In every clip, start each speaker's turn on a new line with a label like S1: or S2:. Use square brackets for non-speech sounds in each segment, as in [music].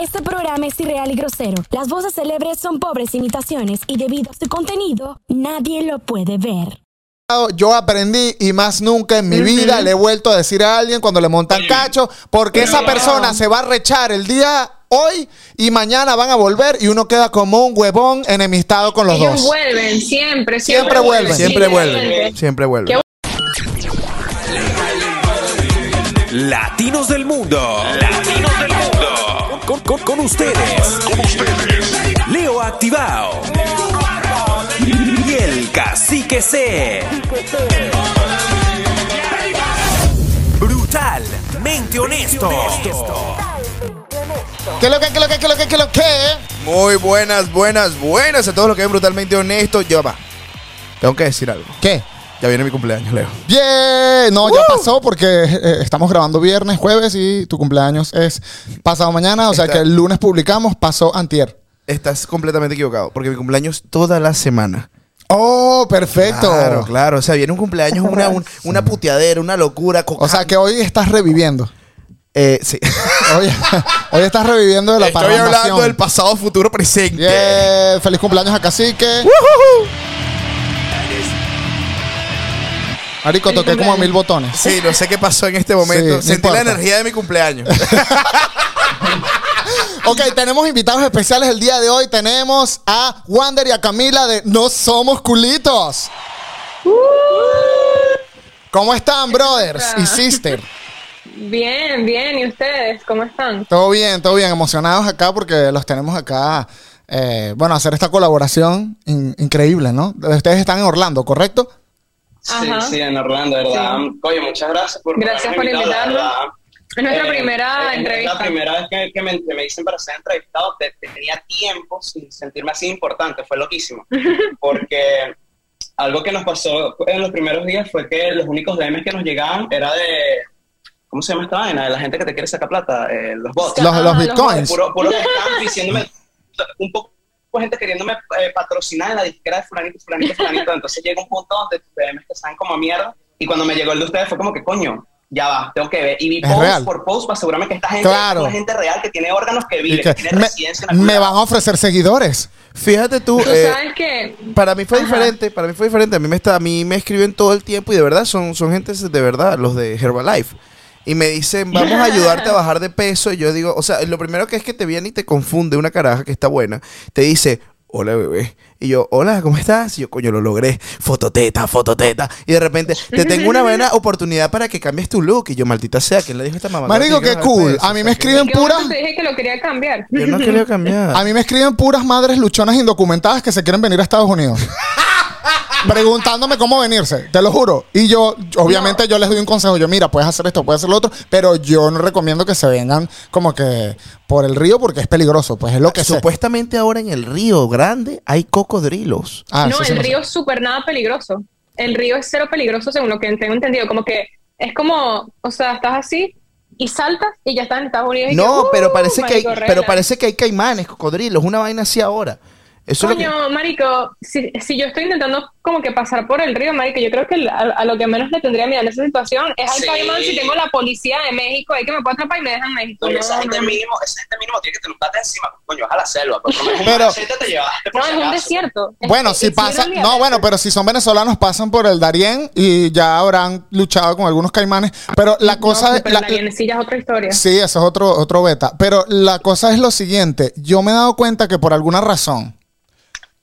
S1: Este programa es irreal y grosero. Las voces célebres son pobres imitaciones y debido a su contenido, nadie lo puede ver.
S2: Yo aprendí y más nunca en mi vida le he vuelto a decir a alguien cuando le montan cacho, porque esa persona se va a rechar el día hoy y mañana van a volver y uno queda como un huevón enemistado con los
S3: Ellos
S2: dos.
S3: vuelven, siempre, eh, siempre.
S2: Siempre vuelven.
S4: Siempre
S3: Sí,
S4: vuelve. Siempre vuelve.
S5: Latinos del mundo. Latinos del mundo. Con, con- con ustedes. Leo Activado. Y el cacique C. Brutalmente honesto.
S2: ¿Qué es lo que, qué es lo que, qué es lo que, qué es lo que?
S4: Muy buenas, buenas, buenas a todos los que ven brutalmente honestos. Yo va. Tengo que decir algo.
S2: ¿Qué?
S4: Ya viene mi cumpleaños, Leo.
S2: Bien, no, ya pasó porque eh, estamos grabando viernes, jueves y tu cumpleaños es pasado mañana, o sea
S4: Está-
S2: que el lunes publicamos, pasó antier.
S4: Estás completamente equivocado, porque mi cumpleaños es toda la semana.
S2: Oh, perfecto.
S4: Claro, claro. O sea, viene un cumpleaños,
S2: [laughs]
S4: una, un- una puteadera, una locura. coca-
S2: O sea que hoy estás reviviendo.
S4: Eh, sí.
S2: Hoy, hoy estás reviviendo de [laughs] la
S4: Estoy hablando
S2: parranda.
S4: del pasado, futuro, presente.
S2: Bien, feliz cumpleaños a Cacique. Marico,
S3: Feliz
S2: toqué como a
S3: cumpleaños.
S2: mil botones.
S4: Sí, no sé qué pasó en este momento.
S2: Sí, no
S4: Sentí la
S2: importa.
S4: energía de mi
S2: [laughs]
S4: cumpleaños.
S2: Ok, tenemos invitados especiales el día de hoy. Tenemos a Wander y a Camila de No Somos Culitos. ¿Cómo están, brothers y sister?
S3: Bien, bien. ¿Y ustedes? ¿Cómo están?
S2: Todo bien, todo bien. Emocionados acá porque los tenemos acá. eh, bueno, hacer esta colaboración in- increíble, ¿no? Ustedes están en Orlando, ¿correcto?
S6: Sí,
S3: Ajá.
S6: sí, en Orlando, ¿verdad?
S3: Sí.
S6: Oye, muchas gracias por
S3: Gracias
S6: haberme
S3: por
S6: invitado,
S3: invitarnos.
S6: ¿verdad? Eh,
S3: Es nuestra primera
S6: es
S3: entrevista.
S6: la primera vez que, que me, que me dicen para ser entrevistado. Te- te- tenía tiempo sin sentirme así importante,
S3: [laughs]
S6: fue loquísimo. Porque algo que nos pasó en los primeros días fue que los únicos DMs que nos llegaban era de. ¿Cómo se llama esta vaina? De la gente que te quiere sacar plata, eh, los bots.
S2: Los, los
S3: los
S2: bitcoins.
S6: Puro, puro que están diciéndome. Un poco gente queriéndome eh, patrocinar en la disquera de fulanito, fulanito, fulanito. Entonces llega un punto donde tus DMs te salen como a mierda. Y cuando me llegó el de ustedes fue como que, coño, ya va, tengo que ver. Y vi
S2: Es
S6: post
S2: real.
S6: por post para asegurarme que esta gente
S2: Claro.
S6: es una gente real que tiene órganos que
S2: Y
S6: vive,
S2: que
S6: que, tiene
S2: me,
S6: residencia en
S2: me
S6: algún lado.
S2: van a ofrecer seguidores.
S4: Fíjate tú.
S3: Tú
S4: eh,
S3: sabes que
S4: Para mí fue
S3: Ajá.
S4: diferente, para mí fue diferente. A mí me está, a mí me escriben todo el tiempo y de verdad son, son gente de verdad, los de Herbalife. Y me dicen, vamos a ayudarte a bajar de peso. Y yo digo, o sea, lo primero que es que te viene y te confunde una caraja que está buena. Te dice, hola bebé. Y yo, hola, ¿cómo estás? Y yo, coño, lo logré. Fototeta, fototeta. Y de repente, te tengo una buena oportunidad para que cambies tu look. Y yo, maldita sea, ¿quién le dijo esta mamá?
S2: Marico, qué cool. A mí me escriben
S3: que
S2: puras.
S3: te dije que lo quería cambiar. [laughs]
S4: Yo no quería cambiar.
S2: [laughs] A mí me escriben puras madres luchonas indocumentadas que se quieren venir a Estados Unidos. [laughs] Preguntándome cómo venirse, te lo juro. Y yo, yo- obviamente, yo les doy un consejo. Yo, mira, puedes hacer esto, puedes hacer lo otro, pero yo no recomiendo que se vengan como que por el río porque es peligroso. Pues es lo que se.
S4: Supuestamente ahora en el río grande hay cocodrilos.
S2: Ah,
S3: no,
S2: eso sí
S3: el
S2: no sé.
S3: río es súper nada peligroso. El río es cero peligroso según lo que tengo entendido. Como que es como, o sea, estás así y saltas y ya estás en Estados Unidos. y
S4: No,
S3: que, uh,
S4: pero parece que hay,
S3: marico,
S4: pero
S3: relax.
S4: parece que hay caimanes, cocodrilos, una vaina así ahora. Eso es lo que-
S3: Coño, marico, si, si yo estoy intentando como que pasar por el río, marico, yo creo que a, a lo que menos le tendría miedo en esa situación es al
S6: Sí.
S3: Caimán si tengo la policía de México ahí que me puede atrapar y me dejan en México.
S6: Coño,
S3: No,
S6: esa gente
S3: no, no.
S6: mínimo, esa gente mínimo tiene que tener un plata encima. Coño, vas a la selva. Pero,
S2: Pero-
S6: te llevaste por
S3: No,
S6: si
S3: es un
S6: acaso.
S3: desierto.
S2: Bueno, si
S3: pasa
S2: pasan. No, bueno, pero si son venezolanos, pasan por el Darién y ya habrán luchado con algunos caimanes. Pero la cosa
S3: no,
S2: es.
S3: pero
S2: la-
S3: la Vienesilla es otra historia.
S2: Sí, eso es otro, otro beta. Pero la cosa es lo siguiente. Yo me he dado cuenta que por alguna razón,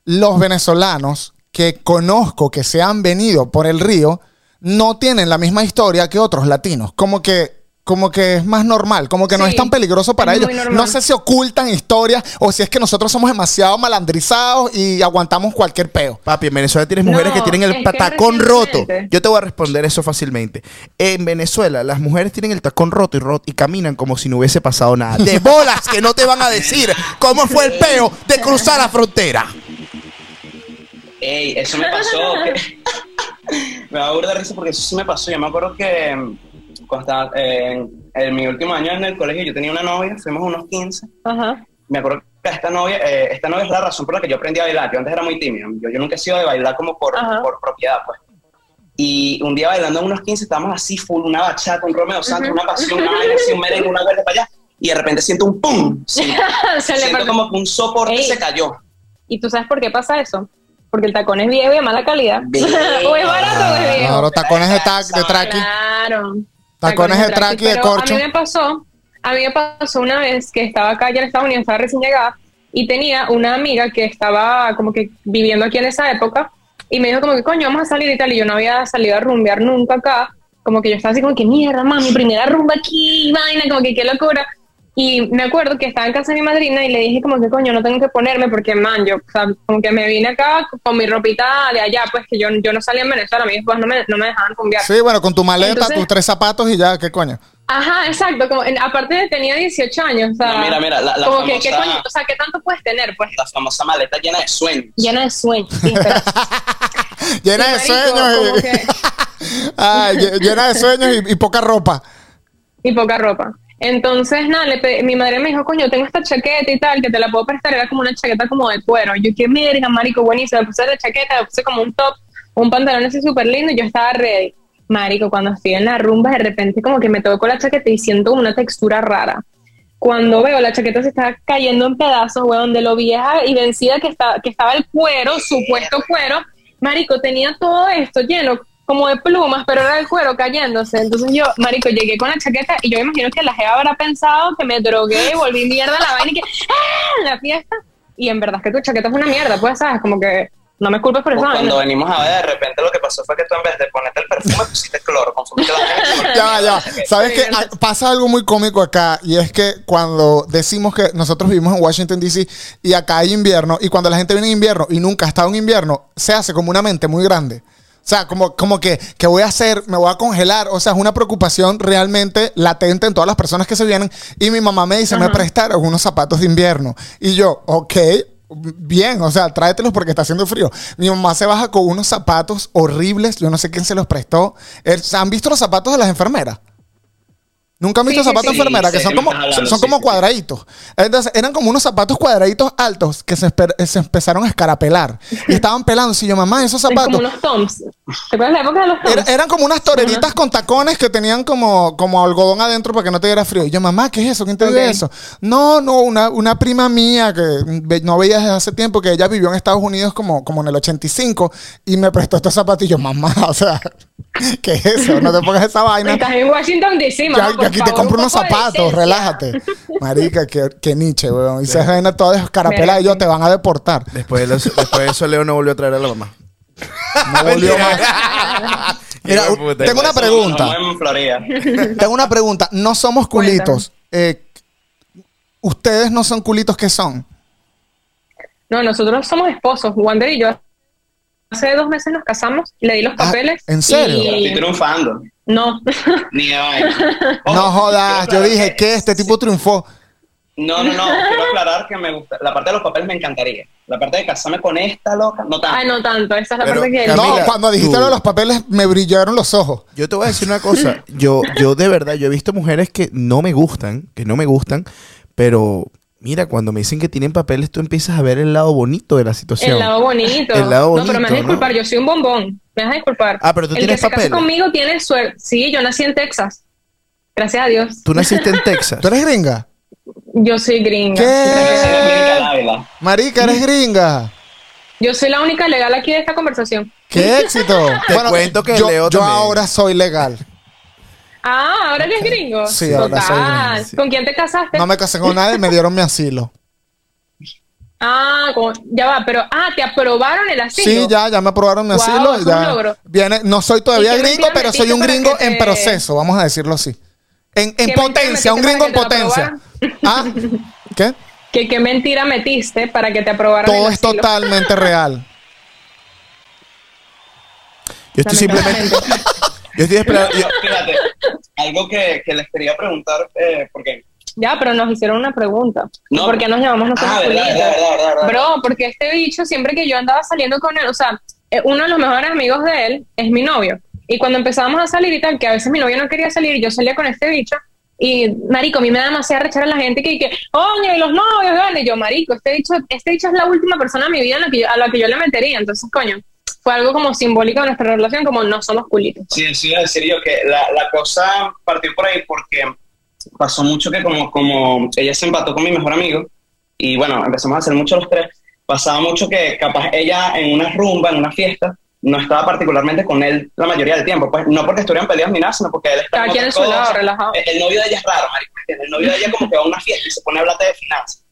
S2: los venezolanos que conozco que se han venido por el río, no tienen la misma historia que otros latinos. Como que, como que es más normal, como que no
S3: Sí,
S2: es tan peligroso para
S3: es
S2: ellos.
S3: muy
S2: No
S3: normal.
S2: sé si ocultan historias o si es que nosotros somos demasiado malandrizados y aguantamos cualquier peo.
S4: Papi, en Venezuela tienes mujeres
S3: No,
S4: que tienen
S3: es que
S4: el
S3: es
S4: patacón roto.
S3: recientemente.
S4: Yo te voy a responder eso fácilmente. En Venezuela, las mujeres tienen el tacón roto y roto y caminan como si no hubiese pasado nada. De bolas que no te van a decir cómo fue el peo de cruzar la frontera.
S6: Ey, eso
S3: [laughs]
S6: me pasó. que- [laughs] me va a burda risa porque eso sí me pasó. Yo me acuerdo que mm, cuando estaba eh, en, en mi último año en el colegio, yo tenía una novia, fuimos unos 15.
S3: Ajá. [laughs]
S6: Me acuerdo que esta novia, eh, esta novia es la razón por la que yo aprendí a bailar. Yo antes era muy tímido. Yo, yo nunca he sido de bailar como por,
S3: Ajá.
S6: por propiedad, pues. Y un día bailando en unos 15 estábamos así full, una bachata, un Romeo Santos, una pasión, una vaina así, un merengue, una vuelta para allá. y de repente siento un pum. Sí.
S3: [laughs] Se le
S6: siento
S3: partió.
S6: como que un soporte
S3: Ey. [laughs]
S6: se cayó.
S3: ¿Y tú sabes por qué pasa eso? Porque el tacón es viejo y de mala calidad.
S6: Bien.
S3: [laughs] o es barato o es viejo.
S2: Claro, tacones de, ta- de traqui.
S3: Claro.
S2: Tacones de traqui, de
S3: Pero
S2: corcho.
S3: A mí me pasó, a mí me pasó una vez que estaba acá ya en Estados Unidos, estaba recién llegada y tenía una amiga que estaba como que viviendo aquí en esa época y me dijo como que coño, vamos a salir y tal y yo no había salido a rumbear nunca acá, como que yo estaba así como que mierda, mami, primera rumba aquí, vaina, como que qué locura. Y me acuerdo que estaba en casa de mi madrina y le dije como que coño, no tengo que ponerme porque man, yo o sea, como que me vine acá con mi ropita de allá, pues que yo, yo no salía en Venezuela, mis papás no me, no me dejaban rumbear.
S2: Sí, bueno, con tu maleta,
S3: Entonces-
S2: tus tres zapatos y ya, ¿qué coño?
S3: Ajá, exacto. Como, en- aparte tenía 18 años. O sea,
S6: No, mira, mira, la- la
S3: como que,
S6: famosa-
S3: ¿qué coño? O sea, ¿qué tanto puedes tener? Pues
S6: La famosa maleta llena de sueños.
S3: llena de sueños. y
S2: [laughs]
S3: esperanza.
S2: Llena de
S3: Sí, marico,
S2: sueños. eh.
S3: como
S2: Y, [laughs] Ay, lle- llena de sueños y, y poca ropa.
S3: [laughs] y poca ropa. Entonces, nada, le pe- mi madre me dijo, coño, tengo esta chaqueta y tal, que te la puedo prestar. Era como una chaqueta como de cuero. Yo, qué mierda, marico, buenísimo. Me puse la chaqueta, me puse como un top, un pantalón así súper lindo y yo estaba ready. Marico, cuando estoy en la rumba, de repente como que me toco la chaqueta y siento como una textura rara. Cuando veo la chaqueta se está cayendo en pedazos, weón, de lo vieja y vencida que, está, que estaba el cuero, supuesto cuero, Marico, tenía todo esto lleno como de plumas, pero era el cuero cayéndose. Entonces yo, Marico, llegué con la chaqueta y yo me imagino que la jeva habrá pensado que me drogué y volví mierda a la vaina y que ¡ah! en la fiesta. Y en verdad es que tu chaqueta es una mierda, pues, ¿sabes? Como que Pues no me culpes por
S6: O
S3: eso.
S6: Cuando venimos a ver, de repente lo que pasó fue que tú en vez de ponerte el perfume pusiste cloro, confundiste la
S2: [laughs]
S6: gente.
S2: Ya va, ya. va. Sabes que ah, pasa algo muy cómico acá y es que cuando decimos que nosotros vivimos en Washington D.C. y acá hay invierno y cuando la gente viene en invierno y nunca ha estado en invierno se hace como una mente muy grande. O sea, como, como que, ¿qué voy a hacer? ¿Me voy a congelar? O sea, es una preocupación realmente latente en todas las personas que se vienen. Y mi mamá me dice, me prestaron unos zapatos de invierno. Y yo, ok, bien, o sea, tráetelos porque está haciendo frío. Mi mamá se baja con unos zapatos horribles, yo no sé quién se los prestó. Eh, ¿Han visto los zapatos de las enfermeras? Nunca han
S3: Sí,
S2: visto
S3: sí,
S2: zapatos
S6: sí.
S2: de enfermera,
S6: Sí,
S2: que
S6: sé
S2: son
S6: de lo que
S2: como,
S6: estás hablando,
S2: son
S6: sí,
S2: como
S6: sí, sí.
S2: cuadraditos. Entonces, eran como unos zapatos cuadraditos altos que se, esper- eh, se empezaron a escarapelar. Y estaban pelando. Si yo, mamá, esos
S3: Es como
S2: zapatos.
S3: unos toms. ¿Te acuerdas la época de los toms?
S2: Era- eran como unas toreritas con tacones que tenían como, como algodón adentro para que no te diera frío. Y yo, mamá, ¿qué es eso? ¿Quién te dio
S3: Ok.
S2: eso? No, no, una, una prima mía que ve- no veía desde hace tiempo, que ella vivió en Estados Unidos como, como en el 85 y me prestó estos zapatos. Y yo, mamá, [laughs] o sea, ¿qué es eso? No te pongas esa vaina.
S3: Estás en Washington DC,
S2: Ya,
S3: mamá.
S2: yo
S3: por
S2: aquí te
S3: favor,
S2: compro
S3: un
S2: unos
S3: poco de
S2: zapatos,
S3: decencia.
S2: relájate. Marica, que, que Nietzsche, weón. Y se vaina toda descarapelada y yo te van a deportar.
S4: [laughs] Después de, los- después de eso, Leo no volvió a traer a la mamá. [laughs]
S2: No volvió más. Mira,
S4: Hijo de puta.
S2: tengo una
S6: Nos
S2: pregunta.
S6: vemos en Florida.
S2: Tengo una pregunta. No somos culitos. Eh, Ustedes no son culitos, ¿qué son?
S3: No, nosotros somos esposos, Wander y yo. Hace dos meses nos casamos, le di los
S2: Ah,
S3: papeles.
S2: ¿en serio?
S6: Estoy
S3: y-
S6: triunfando.
S3: No.
S6: Ni de vaina.
S4: Oh.
S6: Ojo,
S2: No jodas. Yo
S6: quiero aclarar
S2: dije,
S6: que-
S2: ¿qué? Este tipo triunfó.
S6: No, no, no. Quiero aclarar que me gusta. La parte de los papeles me encantaría. La parte de casarme con esta loca, no tanto.
S3: Ay, ah, no tanto. Esa es la
S4: Pero,
S3: parte que.
S4: Camila,
S2: No, cuando dijiste
S4: tú-
S2: lo de los papeles, me brillaron los ojos.
S4: Yo te voy a decir una cosa. Yo, yo de verdad, yo he visto mujeres que no me gustan, que no me gustan, pero mira, cuando me dicen que tienen papeles, tú empiezas a ver el lado bonito de la situación.
S3: El lado bonito.
S4: El lado
S3: No, pero me vas
S4: bonito,
S3: a disculpar,
S4: ¿no?
S3: yo soy un bombón. Me vas a disculpar.
S4: Ah, pero tú
S3: El
S4: tienes
S3: que se
S4: papeles.
S3: casó conmigo tiene suerte. Sí, yo nací en Texas. Gracias a Dios.
S4: Tú naciste en Texas.
S2: ¿Tú eres gringa?
S3: Yo soy gringa.
S6: Yo soy Dominica
S2: ¿Qué?
S6: Dávila.
S2: Marica, eres gringa.
S3: Yo soy la única legal aquí de esta conversación.
S2: ¡Qué éxito!
S4: Te cuento que
S2: yo,
S4: Leo
S2: yo
S4: también.
S2: ahora soy legal.
S3: Ah, ahora eres gringo.
S2: Sí, ahora soy gringo,
S4: sí.
S3: ¿Con quién te casaste?
S2: No me casé con nadie, me dieron mi asilo.
S3: Ah, con- ya va, pero. Ah, te aprobaron el asilo.
S2: Sí, ya, ya me aprobaron mi
S3: Guau,
S2: asilo.
S3: es un
S2: ya.
S3: logro.
S2: Viene, no soy todavía
S3: ¿Y qué
S2: gringo,
S3: mentira
S2: pero soy
S3: metiste
S2: un
S3: para
S2: gringo
S3: que
S2: en
S3: te-
S2: proceso, vamos a decirlo así. En, en
S3: ¿Qué
S2: potencia,
S3: mentira
S2: un
S3: metiste
S2: gringo en
S3: para que te
S2: potencia. [laughs] Ah, ¿qué?
S3: ¿Qué, qué mentira metiste para que te aprobaran
S2: Todo
S3: el
S2: es
S3: asilo?
S2: totalmente real.
S4: Yo estoy simplemente. Yo estoy esperando. yo-
S6: Fíjate, algo que, que les quería preguntar, eh, porque
S3: Ya, pero nos hicieron una pregunta.
S6: No.
S3: ¿Por qué nos llamamos nosotros
S6: Ah, verdad,
S3: culitos?
S6: verdad, verdad, verdad, verdad.
S3: Bro, porque este bicho, siempre que yo andaba saliendo con él, o sea, eh, uno de los mejores amigos de él es mi novio. Y cuando empezamos a salir y tal, que a veces mi novio no quería salir y yo salía con este bicho, y marico, a mí me da demasiada rechera la gente que, que oye, y los novios, dale. Y yo, marico, este bicho, este bicho es la última persona en mi vida en la que yo- a la que yo le metería. Entonces, coño, fue algo como simbólico de nuestra relación, como no somos culitos.
S6: sí, sí, iba a decir yo que la, la cosa partió por ahí porque pasó mucho que como, como ella se empató con mi mejor amigo y bueno, empezamos a hacer mucho los tres, pasaba mucho que capaz ella en una rumba, en una fiesta, no estaba particularmente con él la mayoría del tiempo, pues no porque estuvieran peleados ni nada, sino porque él estaba...
S3: Cada quien en su lado, relajado. [laughs]
S6: El, el novio de ella es raro, marico, ¿me entiendes? El novio de ella como que va a una fiesta y se pone a hablarte de finanzas.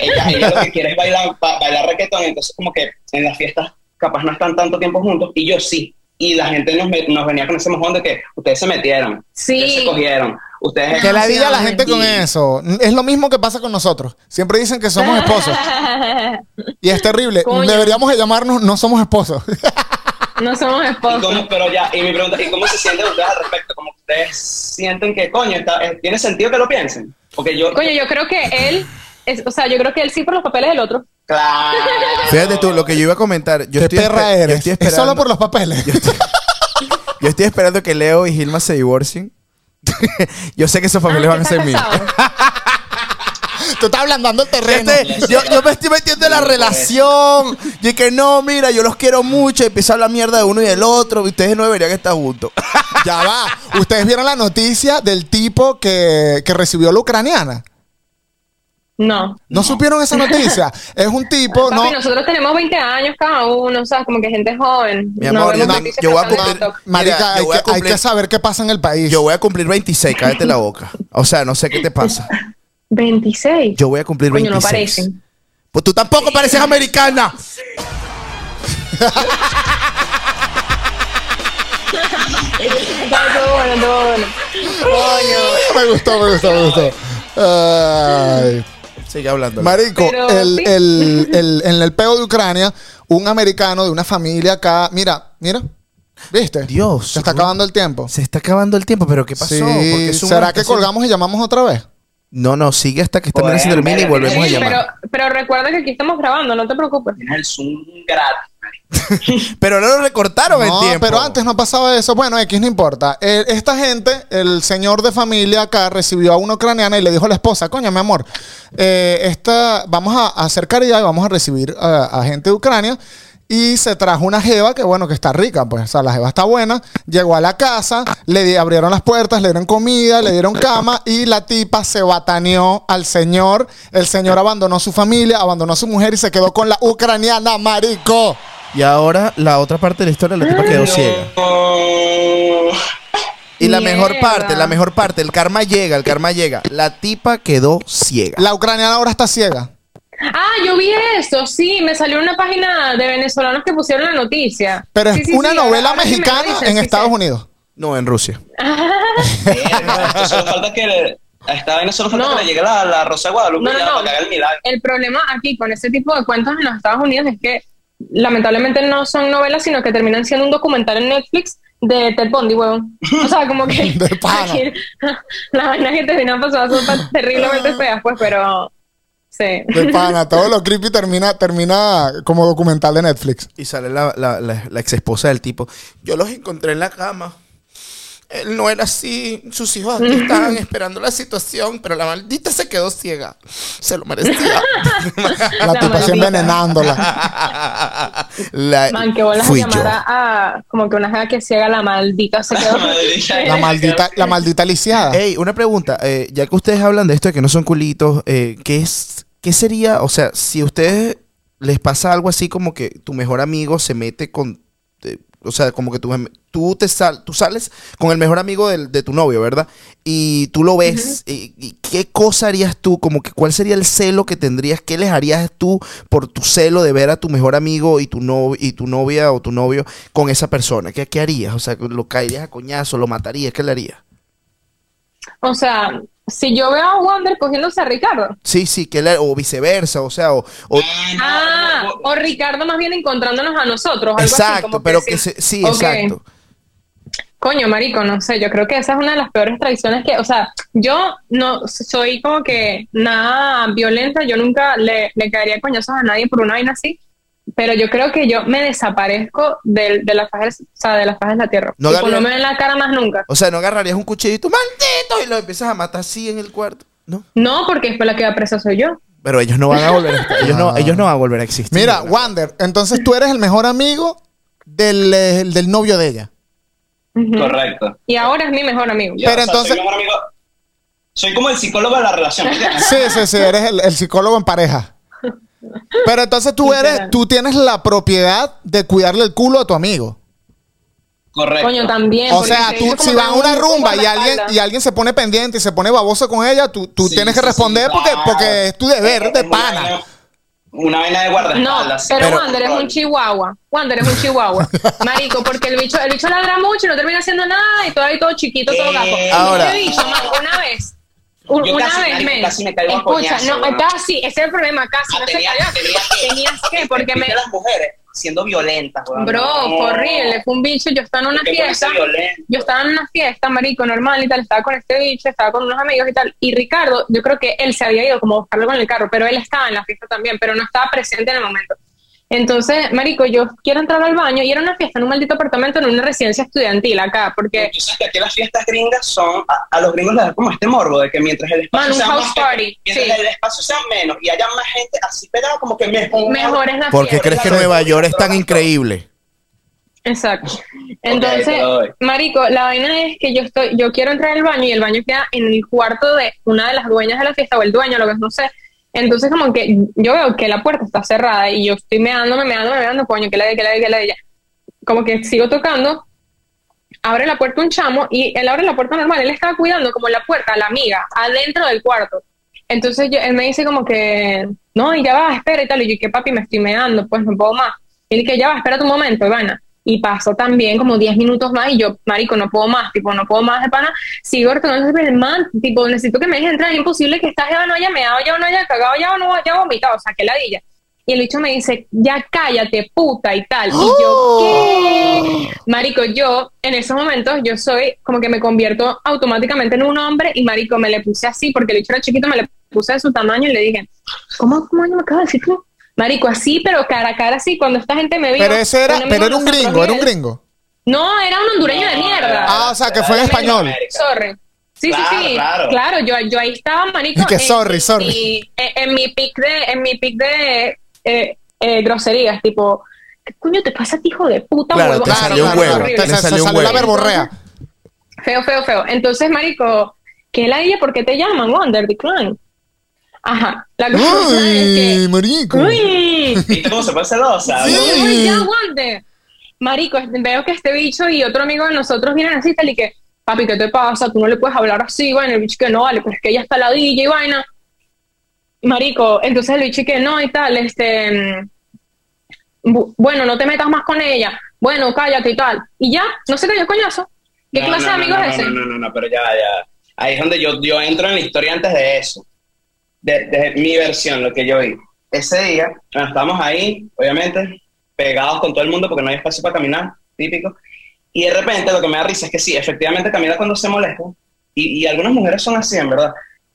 S6: ella, ella lo que quiere es bailar, ba- bailar reggaetón, entonces como que en las fiestas capaz no están tanto tiempo juntos, y yo sí. Y la gente nos, me- nos venía con ese mojón de que ustedes se metieron,
S3: Sí.
S6: ustedes se cogieron, ustedes...
S2: Que la diga la gente con
S6: Y-
S2: eso. Es lo mismo que pasa con nosotros. Siempre dicen que somos esposos. Y es terrible.
S3: Coño.
S2: Deberíamos de llamarnos no somos esposos.
S3: No somos
S6: ¿Y
S3: esposos.
S6: cómo- pero ya, y mi pregunta es, ¿y cómo se sienten ustedes al respecto? ¿Cómo ustedes sienten que, coño, está, eh, tiene sentido que lo piensen? Porque yo...
S3: Coño, yo creo que él, es, o sea, yo creo que él sí por los papeles del otro.
S6: Claro.
S4: Fíjate tú, lo que yo iba a comentar. Yo
S2: ¿Qué
S4: estoy espe-
S2: perra
S4: yo
S2: eres?
S4: estoy
S2: Es
S4: esperando-
S2: solo por
S4: [laughs]
S2: los papeles.
S4: Yo estoy esperando que Leo y Gilma se divorcien. [laughs] yo sé que esos papeles
S3: Ah,
S4: van a
S3: ¿estás
S4: ser míos.
S3: casado?
S2: [laughs] Tú estás ablandando el terreno.
S4: Este, yo, yo me estoy metiendo en la relación. Y que no, mira, yo los quiero mucho. Y empieza a hablar mierda de uno y del otro. y Ustedes no deberían estar
S2: [laughs]
S4: juntos.
S2: Ya va. Ustedes vieron la noticia del tipo que, que recibió la ucraniana.
S3: [laughs] No.
S2: ¿No, supieron esa noticia? Es un tipo,
S3: Papi,
S2: no.
S3: nosotros tenemos 20 años cada uno, o sea, como que gente joven.
S4: Mi
S3: No
S4: amor,
S3: vemos
S4: yo-
S3: noticias
S4: yo voy a
S3: pasando en
S4: cumplir-
S3: TikTok.
S2: Marica,
S4: Mira, yo
S2: hay,
S4: voy a
S2: que, hay
S4: cumplir-
S2: que saber qué pasa en el país.
S4: Yo voy a cumplir 26, cállate la boca. O sea, no sé qué te pasa.
S3: 26.
S4: Yo voy a cumplir
S3: Coño,
S4: 26.
S3: no parecen.
S4: Pues tú tampoco pareces americana.
S3: Ay, todo bueno, todo bueno. Coño.
S2: Me gustó, me gustó, me gustó. Ay.
S4: Sigue hablando.
S2: Marico,
S3: Pero,
S2: el,
S3: sí.
S2: el- el- en el peo de Ucrania, un americano de una familia acá. Mira, mira. ¿Viste?
S4: Dios.
S2: Se está acabando el tiempo.
S4: Se está acabando el tiempo, pero ¿qué pasó?
S2: Sí.
S4: ¿Por qué es un
S2: ¿Será
S4: momento
S2: que
S4: así?
S2: colgamos y llamamos otra vez?
S4: No, no, sigue hasta que esta
S6: Joder,
S4: mierda se termine y
S6: verga,
S4: volvemos a
S3: Sí,
S4: llamar.
S3: pero, pero recuerda que aquí estamos grabando, no te preocupes.
S6: Tienes el Zoom gratis, marico.
S4: Pero no lo recortaron
S2: No,
S4: el tiempo.
S2: pero antes no pasaba eso. Bueno, X no importa. Eh, esta gente, el señor de familia acá recibió a una ucraniana y le dijo a la esposa, coña, mi amor, eh, esta, vamos a hacer caridad y vamos a recibir eh, a gente de Ucrania. Y se trajo una jeva que, bueno, que está rica, pues, o sea, la jeva está buena. Llegó a la casa, le di- abrieron las puertas, le dieron comida, le dieron cama y la tipa se bataneó al señor. El señor abandonó su familia, abandonó a su mujer y se quedó con la ucraniana, marico.
S4: Y ahora la otra parte de la historia, la tipa quedó ciega.
S6: No.
S4: Y la
S3: Mierda.
S4: mejor parte, la mejor parte, el karma llega, el karma llega. La tipa quedó ciega.
S2: La ucraniana ahora está ciega.
S3: Ah, yo vi eso, sí, me salió una página de venezolanos que pusieron la noticia.
S2: Pero es
S3: Sí, sí,
S2: una
S3: sí,
S2: novela
S3: ahora que me lo
S2: mexicana
S3: dices,
S2: en
S3: sí,
S2: Estados
S3: sí.
S2: Unidos.
S4: No, en Rusia.
S6: Verga, esto solo falta que... le- A esta vaina solo falta
S3: No.
S6: que le llegue la, la Rosa de Guadalupe
S3: No, no,
S6: ya
S3: no.
S6: para que haga el milagro.
S3: El problema aquí con ese tipo de cuentos en los Estados Unidos es que lamentablemente no son novelas, sino que terminan siendo un documental en Netflix de Ted Bundy, huevón. O sea, como
S4: [laughs]
S3: que [laughs]
S2: De pana.
S3: aquí las vainas que terminan pasando son tan terriblemente feas, pues, pero sí.
S2: De pana, todo lo creepy termina, termina como documental de
S3: [laughs]
S2: Netflix.
S4: Y sale la, la, la- la exesposa del tipo. Yo los encontré en la cama. Él no era así. Sus hijos
S3: [laughs]
S4: aquí estaban esperando la situación, pero la maldita se quedó ciega. Se lo merecía.
S2: La, tipa así
S3: maldita.
S2: envenenándola.
S4: [laughs] La-
S3: Man, que bolas
S4: fui yo.
S3: llamará a como que una jeva que ciega la maldita se
S6: [laughs]
S3: quedó.
S2: La maldita, la maldita lisiada.
S4: Ey, una pregunta. eh, ya que ustedes hablan de esto, de que no son culitos, eh, ¿qué, es, ¿qué sería? O sea, si a ustedes les pasa algo así como que tu mejor amigo se mete con... eh, o sea, como que tú, tú, te sal, tú sales con el mejor amigo del- de tu novio, ¿verdad? Y tú lo ves. y, y ¿Qué cosa harías tú? Como que, ¿Cuál sería el celo que tendrías? ¿Qué les harías tú por tu celo de ver a tu mejor amigo y tu, no, y tu novia o tu novio con esa persona? ¿Qué, ¿Qué harías? O sea, ¿lo caerías a coñazo? ¿Lo matarías? ¿Qué le harías?
S3: O sea, si yo veo a Wander cogiéndose a Ricardo,
S4: Sí, sí, que la- o viceversa, o sea, o, o-
S3: Ah, o Ricardo más bien encontrándonos a nosotros. Ah, Algo así,
S4: exacto,
S3: como
S4: pero
S3: sí.
S4: que se- sí,
S3: Ok.
S4: exacto.
S3: Coño, marico, no sé, yo creo que esa es una de las peores traiciones que, o sea, yo no soy como que nada violenta, yo nunca le, le caería coñazos a nadie por una vaina así, pero yo creo que yo me desaparezco del- de, la faja, o sea, de las fajas de la tierra.
S4: No,
S3: Tipo,
S4: Gabriel.
S3: no me ven la cara más nunca.
S4: O sea, no agarrarías un cuchillo y tú, maldito, y lo empiezas a matar así en el cuarto. No,
S3: No, porque después la que va presa soy yo.
S4: pero ellos no van a volver a estar- ellos, no,
S2: Ah.
S4: ellos no van a volver a existir.
S2: Mira,
S4: ¿verdad?
S2: Wander, entonces tú eres el mejor amigo del, eh, del novio de ella.
S3: Ujú.
S6: Correcto.
S3: Y ahora es mi mejor amigo.
S6: Yo,
S2: Pero
S6: o sea, soy
S2: entonces-
S6: mejor amigo- soy como el psicólogo de la relación.
S3: [laughs]
S6: ¿entiendes?
S2: Sí, sí, sí, eres el, el psicólogo en pareja. Pero entonces tú eres,
S3: Literal.
S2: tú tienes la propiedad de cuidarle el culo a tu amigo.
S6: Correcto.
S3: Coño, también.
S2: O
S3: porque
S2: sea,
S3: te
S2: tú,
S3: hizo
S2: si
S3: como
S2: van a una
S3: un-
S2: rumba
S3: por
S2: y
S3: la
S2: alguien,
S3: espalda.
S2: y alguien se pone pendiente y se pone baboso con ella, tú, tú
S6: Sí,
S2: tienes que
S6: sí, sí,
S2: responder porque,
S6: claro.
S2: porque es tu deber
S6: Es-
S2: de
S6: es una
S2: pana.
S6: vaina- Una vaina de
S3: No,
S6: guardaespaldas. sí.
S3: pero, Wander es un chihuahua. Wander es un
S6: [laughs]
S3: chihuahua. Marico, porque el bicho, el bicho ladra mucho y no termina haciendo nada y todo ahí todo chiquito, todo gato.
S6: Eh,
S4: ahora.
S3: Este bicho, man, una vez. un-
S6: Yo
S3: una
S6: casi,
S3: vez,
S6: marico,
S3: men.
S6: casi me caigo a
S3: Escucha,
S6: coñazo,
S3: no, eh,
S6: weón.
S3: casi, ese es el problema, casi
S6: Ah,
S3: no se
S6: tenía-
S3: cayó.
S6: tenía que-
S3: Tenías que, porque me.
S6: Viste las mujeres siendo violentas, weón.
S3: Bro,
S6: No.
S3: fue horrible, fue un bicho, yo estaba en una
S6: Porque puede
S3: fiesta,
S6: ser violento.
S3: yo estaba en una fiesta, marico, normal y tal, estaba con este bicho, estaba con unos amigos y tal, y Ricardo, yo creo que él se había ido como a buscarlo con el carro, pero él estaba en la fiesta también, pero no estaba presente en el momento. Entonces, marico, yo quiero entrar al baño, y era una fiesta en un maldito apartamento, en una residencia estudiantil acá, porque,
S6: Tú sabes que aquí las fiestas gringas son, a, a los gringos les da como este morbo de que mientras el espacio
S3: Man, un
S6: sea
S3: house
S6: más pequeño,
S3: party,
S6: mientras
S3: sí.
S6: el espacio sea menos y haya más gente así pegada, como que mejor.
S3: mejor es la
S4: ¿Por qué
S3: fiesta.
S4: crees que Nueva York es tan increíble?
S3: Exacto. Entonces,
S6: te la doy.
S3: marico, la vaina es que yo estoy, yo quiero entrar al baño y el baño queda en el cuarto de una de las dueñas de la fiesta o el dueño, lo que es, no sé. Entonces, como que yo veo que la puerta está cerrada y yo estoy meándome, meándome, meando, coño, que la de, que la de, que la de ella. Como que sigo tocando, abre la puerta un chamo y él abre la puerta normal, él estaba cuidando como la puerta, a la amiga, adentro del cuarto. Entonces yo- él me dice como que, no, y ya va, espera y tal, y yo, que papi, me estoy meando, pues no puedo más. Y él que ya va, espera un momento, Ivana. Y pasó también como 10 minutos más y yo, marico, no puedo más, tipo, no puedo más de pana. Sigo retornando el man, tipo, necesito que me dejes entrar, es imposible que estás ya no haya meado, ya no haya cagado, ya no haya vomitado, o sea, que ladilla. Y el bicho me dice, ya cállate, puta, y tal. Y
S2: ¡Oh!
S3: yo, ¿qué? Marico, yo en esos momentos, yo soy como que me convierto automáticamente en un hombre y marico, me le puse así, porque el bicho era chiquito, me le puse de su tamaño y le dije, ¿cómo, cómo me acabas de decir tú? Marico, así, pero cara a cara así, cuando esta gente me vio.
S2: Pero ese era,
S3: amigo
S2: pero era
S3: de
S2: un
S3: nosotros
S2: gringo, era
S3: y
S2: un
S3: él-
S2: gringo.
S3: No, era un hondureño de
S6: No,
S3: mierda.
S6: era-
S2: Ah, o sea, que fue en
S6: Era
S2: español.
S6: América.
S3: Sorry. Sí,
S6: Claro,
S3: sí, sí.
S6: claro.
S3: Claro, yo, yo ahí estaba, marico.
S2: Y que
S3: en-
S2: sorry,
S3: en
S2: sorry.
S3: mi- En, en mi pic de, en mi pic de eh, eh, groserías, tipo, ¿qué coño te pasa, hijo de puta?
S4: Claro,
S3: huevo?
S4: te
S3: Marico,
S4: salió un
S3: fue
S4: huevo,
S3: horrible.
S4: te
S2: Te sa-
S4: salió
S2: se
S4: un
S2: salió la
S4: huevo.
S2: verborrea.
S3: Feo, feo, feo. Entonces, marico, ¿qué la ella? ¿Por qué te llaman Wonder Decline? Ajá. La cosa
S2: ¡Uy,
S3: es que...
S2: marico!
S3: ¡Uy!
S6: ¿Viste cómo se pone celosa?
S2: Sí.
S6: ¿no?
S3: Uy, ya aguante. Marico, veo que este bicho y otro amigo de nosotros vienen así, tal y que, papi, ¿qué te pasa? Tú no le puedes hablar así, bueno, el bicho que no, vale, pues que ella está ladilla y vaina. Marico, entonces el bicho que no y tal, este, mm, bu- bueno, no te metas más con ella, bueno, cállate y tal. Y ya, no se cayó coñazo. ¿Qué
S6: No,
S3: clase
S6: no,
S3: de
S6: no,
S3: amigo
S6: no,
S3: es ese?
S6: No, no, no, no, pero ya, va, ya. va. Ahí es donde yo, yo entro en la historia antes de eso. De, de mi versión, lo que yo vi. Ese día, bueno, estábamos ahí, obviamente, pegados con todo el mundo porque no hay espacio para caminar, típico. Y de repente lo que me da risa es que sí, efectivamente Camila cuando se molesta, y, y algunas mujeres son así, en verdad,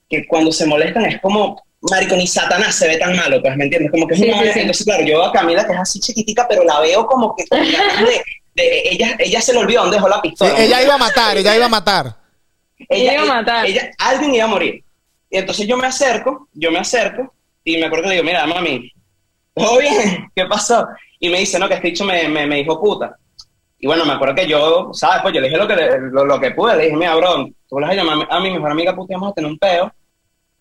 S6: que cuando se molestan es como, marico, ni Satanás se ve tan malo, pues, ¿me entiendes? Como que es
S3: Sí,
S6: una
S3: sí,
S6: vaina-
S3: sí.
S6: Entonces, claro, yo veo a Camila que es así chiquitica, pero la veo como que con ganas de... de- ella, ella se le olvidó dónde dejó la
S2: Sí,
S6: pistola.
S2: ella iba a matar, ella iba a matar.
S3: Ella iba a matar.
S6: ella- alguien iba a morir. Y entonces yo me acerco, yo me acerco, y me acuerdo que le digo, mira, mami, ¿todo bien? [laughs] ¿Qué pasó? Y me dice, no, que este dicho me, me, me dijo puta. Y bueno, me acuerdo que yo, ¿sabes? Pues yo le dije lo que, le- lo, lo que pude. Le dije, mira, bro, tú le vas a llamar a mi mejor amiga puta y vamos a tener un peo.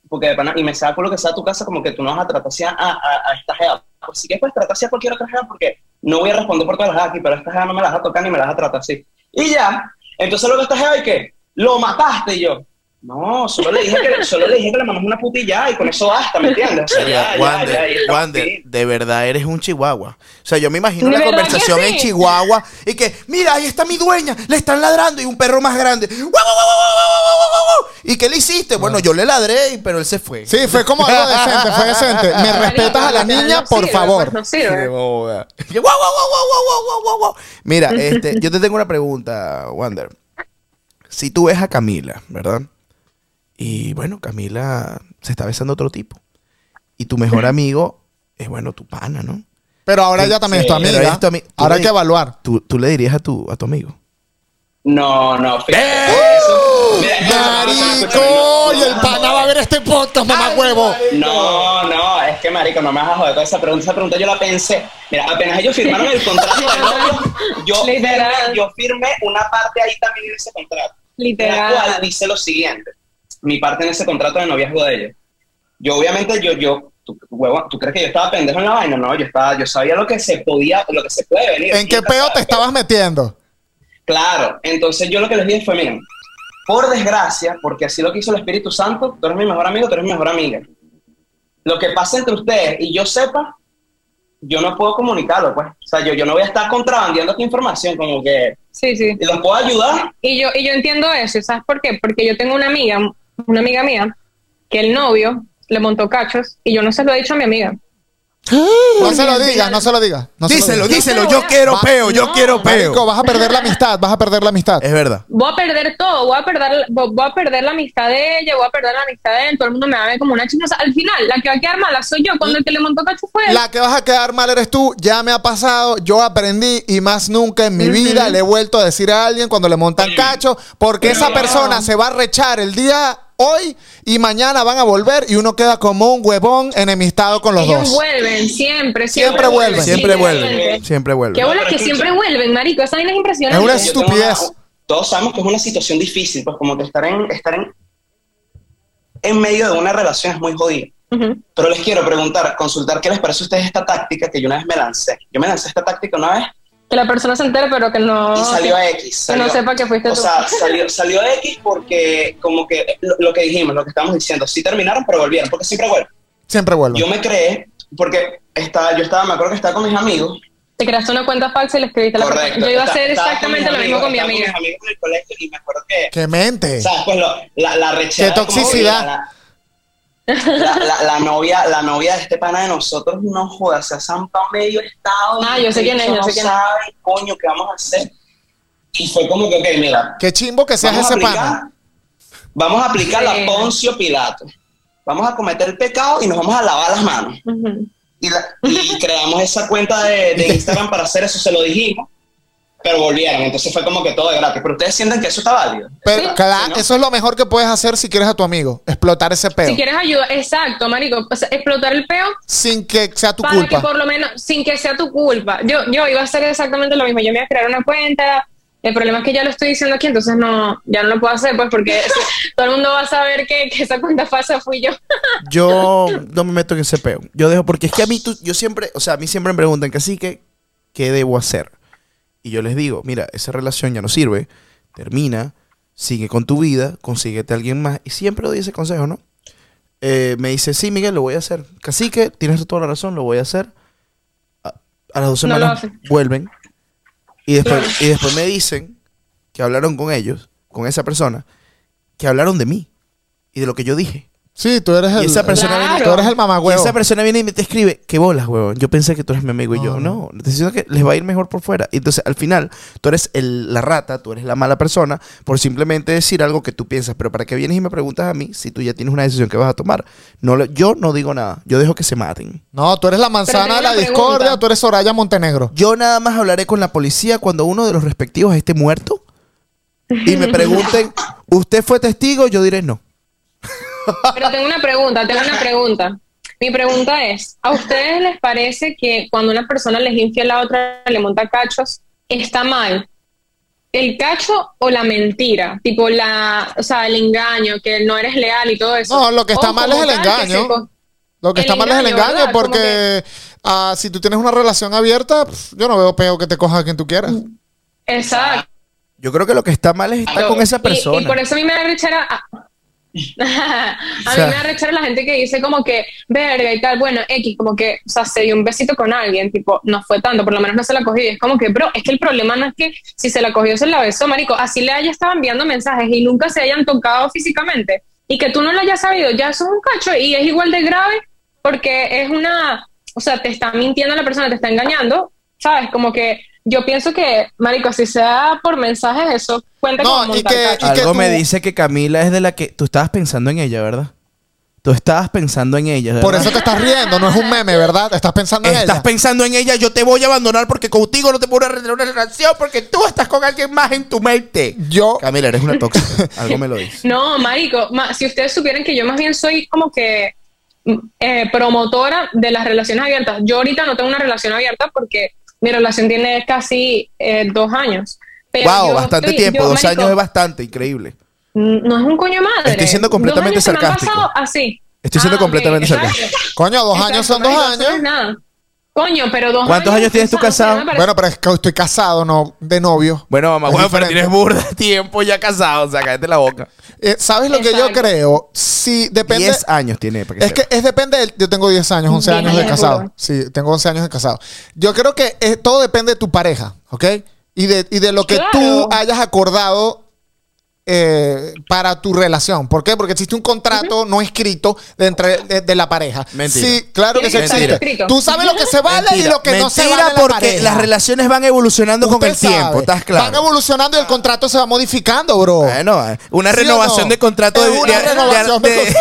S6: Porque de pana, y me saca por lo que sea a tu casa, como que tú no vas a tratar así a, a, a esta jeva. Pues sí que puedes tratar así a cualquier otra jeva, porque no voy a responder por todas las jevas aquí, pero esta jeva no me las va a tocar ni me las va a tratar así. Y ya, entonces luego esta jeva, ¿y qué? Lo mataste y yo. No, solo le dije que, solo le, dije que le mamás una puta y ya, y con eso basta, ¿me entiendes? O sea, ya, ya, ya, ya,
S4: Wander,
S6: estamos
S4: Wander,
S6: bien.
S4: de verdad eres un chihuahua. O sea, yo me imagino
S3: ¿De
S4: una
S3: verdad que
S4: conversación en
S3: sí?
S4: Chihuahua y que, mira, ahí está mi dueña, le están ladrando y un perro más grande. ¡Guau, guau, guau, guau, guau, guau, guau! ¿Y qué le hiciste? Bueno, yo le ladré, pero él se fue.
S2: Ah. Sí, fue como algo decente, fue decente. Me
S3: Marico,
S2: respetas a la
S3: literal,
S2: niña,
S3: no
S2: por
S3: sirve, pues,
S2: favor.
S3: no sirve.
S4: De boda. Y [laughs] yo, guau, guau, guau, guau, guau, guau, guau, guau.
S3: [laughs]
S4: Mira, este, yo te tengo una pregunta, Wander. Si tú ves a Camila, ¿verdad? Y bueno, Camila se está besando a otro tipo. Y tu mejor amigo es, bueno, tu pana, ¿no?
S2: Pero ahora ella también es tu
S4: Pero
S2: amiga.
S4: eres tu ami- tú
S2: Ahora hay
S4: le-
S2: que evaluar.
S4: Tú, tú le dirías a tu, a tu amigo.
S6: No, no, fíjate. Mira, eso
S2: ¡Eh! ¡Marico! Y el pana va a ver este podcast, mamá huevo.
S6: No, no, es que marico, no me vas a joder con esa pregunta. Esa pregunta yo la pensé. Mira, apenas ellos firmaron el
S3: [laughs]
S6: contrato de novio, yo,
S3: Literal.
S6: firmé- yo firmé una parte ahí también en ese contrato. La
S3: Literal.
S6: cual dice lo siguiente. mi parte en ese contrato de noviazgo de ella. Yo obviamente, yo, yo, tú, huevón, ¿tú crees que yo estaba pendejo en la vaina? No, yo estaba, yo sabía lo que se podía, lo que se puede venir.
S2: ¿En qué
S6: Yo
S2: peo
S6: sabía
S2: te
S6: que-
S2: estabas metiendo?
S6: Claro, entonces yo lo que les dije fue, miren, por desgracia, porque así lo que hizo el Espíritu Santo, tú eres mi mejor amigo, tú eres mi mejor amiga. Lo que pasa entre ustedes y yo sepa, yo no puedo comunicarlo, pues. O sea, yo, yo no voy a estar contrabandeando esta información, como que
S3: Sí, sí.
S6: los puedo ayudar.
S3: Y yo, y yo entiendo eso, ¿sabes por qué? Porque yo tengo una amiga, una amiga mía, que el novio le montó cachos y yo no se lo he dicho a mi amiga.
S2: No se lo digas, no se lo digas. No se lo
S4: díselo,
S2: digas.
S4: díselo.
S3: No,
S4: Yo
S3: no,
S4: quiero
S2: no.
S4: peo, yo
S3: No,
S4: quiero peo.
S2: Marico, vas a perder la amistad, vas a perder la amistad.
S6: Eh.
S4: Es verdad.
S3: Voy a perder todo, voy a perder, vo- voy a perder la amistad de ella, voy a perder la amistad de él, todo el mundo me va a ver como una chismosa. Al final, la que va a quedar mala soy yo, cuando el que le montó cachos fue él.
S2: La que vas a quedar mal eres tú, ya me ha pasado, yo aprendí y más nunca en mi vida le he vuelto a decir a alguien cuando le montan cacho, porque esa persona se va a rechar el día hoy y mañana van a volver y uno queda como un huevón enemistado con los
S3: Ellos
S2: dos.
S3: vuelven, siempre, siempre.
S2: Siempre vuelven.
S4: Siempre
S3: Pues sí, eh,
S4: vuelve. Siempre
S3: Qué
S4: vuelve.
S3: bolas que siempre vuelven, marico. Esa vaina es
S2: Es
S3: impresionante.
S2: una
S6: Yo tengo una-
S2: estupidez.
S6: todos sabemos que es una situación difícil, pues como que estar en, estar en, en medio de una relación es muy jodido.
S3: Ujú.
S6: Pero les quiero preguntar, consultar qué les parece a ustedes esta táctica que yo una vez me lancé. Yo me lancé esta táctica una vez
S3: Que la persona se entere, pero que no.
S6: y salió X. salió-
S3: no sepa que fuiste
S6: o
S3: tú.
S6: sea, salió, salió X porque como que lo, lo que dijimos, lo que estamos diciendo, sí terminaron, pero volvieron, porque siempre vuelven.
S2: Siempre vuelven.
S6: Yo me creé, porque estaba, yo estaba, me acuerdo que estaba con mis amigos.
S3: Te creaste una cuenta falsa y le escribiste a la persona.
S6: Correcto.
S3: Yo iba a
S6: Esta-
S3: hacer
S6: estaba
S3: exactamente
S6: mis
S3: lo mismo
S6: amigos,
S3: con mi
S6: estaba
S3: amiga.
S6: mis amigos en el colegio y me acuerdo que...
S2: ¡Qué mente!
S6: ¿Sabes? Pues lo- la, la
S2: Qué
S6: rechera. como, oye,
S2: toxicidad.
S6: la- La, la- la novia, la novia de este pana de nosotros no joda, se ha zampado medio estado.
S3: Ah, yo sé quién es, yo
S6: no
S3: sé quién es.
S6: sabe, coño, ¿qué vamos a hacer? Y fue como que, ok, mira,
S2: ¡Qué chimbo que seas
S6: vamos a
S2: ese
S6: aplicar,
S2: pana!
S6: vamos a
S3: Sí.
S6: aplicar la Poncio Pilato. Vamos a cometer el pecado y nos vamos a lavar las manos.
S3: Ujú.
S6: Y, la- y creamos esa cuenta de, de Instagram para hacer eso, se lo dijimos, pero volvieron. Entonces fue como que todo de gratis. Pero ustedes sienten que eso está válido.
S2: Pero
S3: Sí.
S2: claro,
S6: Sí, ¿no?
S2: eso es lo mejor que puedes hacer si quieres a tu amigo, explotar ese peo
S3: Si quieres ayuda, exacto, marico. O sea, explotar el peo
S2: sin que sea tu
S3: para que
S2: culpa.
S3: por lo menos, sin que sea tu culpa. Yo, yo iba a hacer exactamente lo mismo. Yo me iba a crear una cuenta. El problema es que ya lo estoy diciendo aquí, entonces no, ya no lo puedo hacer, pues, porque [laughs] si- todo el mundo va a saber que, que esa cuenta falsa fui yo.
S4: Yo no me meto en ese peo. Yo dejo, porque es que a mí, tú- yo siempre, o sea, a mí siempre me preguntan, así que, ¿qué debo hacer? Y yo les digo, mira, esa relación ya no sirve, termina, sigue con tu vida, consíguete a alguien más. Y siempre doy ese consejo, ¿no? Eh, me dice, sí, Miguel, lo voy a hacer. Cacique, tienes toda la razón, lo voy a hacer. A, a las dos
S3: No lo
S4: semanas
S3: hace.
S4: vuelven. Y después, y después me dicen que hablaron con ellos, con esa persona, que hablaron de mí y de lo que yo dije.
S2: Sí, tú eres
S4: Y
S2: el,
S4: esa persona
S3: Claro. viene-
S2: tú eres el
S4: Y
S2: mamagüevo.
S4: esa persona viene y me te escribe, qué bolas, huevón. Yo pensé que tú eres mi amigo y yo, no, te estoy diciendo que les va a ir mejor por fuera. Y entonces, al final, tú eres el- la rata, tú eres la mala persona por simplemente decir algo que tú piensas. Pero ¿para qué vienes y me preguntas a mí si tú ya tienes una decisión que vas a tomar? No, lo- yo no digo nada, yo dejo que se maten.
S2: No, tú eres la manzana
S3: tengo
S2: de la
S3: una
S2: discordia,
S3: pregunta.
S2: tú eres Soraya Montenegro.
S4: Yo nada más hablaré con la policía cuando uno de los respectivos esté muerto y
S3: [laughs]
S4: me pregunten, ¿usted fue testigo? Yo diré no.
S3: Pero tengo una pregunta, tengo una pregunta. Mi pregunta es, ¿a ustedes les parece que cuando una persona les infiel a la otra, le monta cachos, está mal? ¿El cacho o la mentira? Tipo la, o sea, el engaño, que no eres leal y todo eso.
S2: No, lo que está
S3: O
S2: mal es
S3: como
S2: el
S3: tal, que
S2: engaño.
S3: se co-
S2: Lo que
S3: El
S2: está mal es el
S3: engaño,
S2: engaño,
S3: ¿verdad? Como
S2: porque ah, si tú tienes una relación abierta, pf, yo no veo peo que te coja a quien tú quieras.
S3: Exacto.
S4: Yo creo que lo que está mal es estar
S3: Yo-
S4: con esa
S3: y-
S4: persona.
S3: Y, por eso a mí me da rechera.
S4: [laughs]
S3: A, a mí
S4: sea-
S3: me da rechera la gente que dice como que, verga y tal, bueno, X, como que, o sea, se dio un besito con alguien, tipo, no fue tanto, por lo menos no se la cogió. Y es como que, bro, es que el problema no es que si se la cogió, se la besó, marico. Así le haya estado enviando mensajes y nunca se hayan tocado físicamente. Y que tú no lo hayas sabido, ya eso es un cacho y es igual de grave porque es una, o sea, te está mintiendo la persona, te está engañando, ¿sabes? Como que yo pienso que, marico, si sea por mensajes, eso cuenta
S2: No,
S3: como
S2: y
S3: montar
S2: que-
S3: cacho.
S2: y que
S4: Algo
S2: tú-
S4: me dice que Camila es de la que tú estabas pensando en ella, ¿verdad? Tú estabas pensando en ella. ¿verdad?
S2: Por eso te estás riendo, no es un meme, ¿verdad? Estás pensando en
S4: estás
S2: ella.
S4: pensando en ella. Yo te voy a abandonar porque contigo no te puedo tener una relación porque tú estás con alguien más en tu mente.
S2: Yo,
S4: Camila, eres una tóxica.
S2: [laughs]
S4: Algo me lo dice.
S3: No, marico, ma- si ustedes supieran que yo más bien soy como que mm, eh, promotora de las relaciones abiertas. Yo ahorita no tengo una relación abierta porque mi relación tiene casi eh, dos años. Pero
S4: wow,
S3: yo
S4: bastante
S3: estoy-
S4: tiempo.
S3: yo,
S4: Dos
S3: marico,
S4: años es bastante, increíble.
S3: No es un coño madre.
S4: Estoy siendo
S3: Dos
S4: completamente
S3: años se me han
S4: sarcástico.
S3: pasado así.
S4: Estoy siendo
S3: Ah, ok,
S4: completamente
S3: exacto.
S4: sarcástico.
S2: Coño, dos
S3: Exacto,
S2: años son dos
S3: marico, eso no es
S2: años.
S3: nada. Coño, pero dos
S4: ¿Cuántos años tienes tú
S3: o sea,
S4: casado?
S3: me parece-
S2: Bueno, pero es que estoy casado, no de novio.
S4: Bueno, mamá,
S2: Es
S4: bueno, pero
S2: diferente.
S4: tienes burda de tiempo ya casado, o sea, cállate la boca.
S2: Eh, ¿Sabes lo que yo
S3: Exacto.
S2: creo? Sí, depende.
S4: 10 años tiene. para
S2: Es que es depende del- yo tengo 10 años, 11
S3: Diez
S2: años de
S3: años de
S2: casado.
S3: burro.
S2: Sí, tengo 11 años de casado. Yo creo que eh, todo depende de tu pareja, ¿ok? Y de, y de lo que tú
S3: Claro.
S2: hayas acordado eh, para tu relación. ¿Por qué? Porque existe un contrato no escrito de, entre, de, de la pareja.
S4: Mentira.
S2: Sí, claro que sí
S3: Tiene
S4: que estar
S2: existe.
S3: escrito.
S2: Tú sabes lo que se vale y lo que no se vale.
S4: Mentira,
S2: en la
S4: porque
S2: pareja.
S4: las relaciones van evolucionando con
S2: Usted
S4: el tiempo,
S2: sabe.
S4: ¿estás
S2: Van
S4: claro?
S2: evolucionando y el contrato se va modificando, bro.
S4: Bueno, eh, una
S2: Oh. ¿Sí o
S4: renovación
S2: no?
S4: de contrato
S2: Es
S4: de-
S2: una
S4: de- de-
S2: renovación
S4: de-
S2: de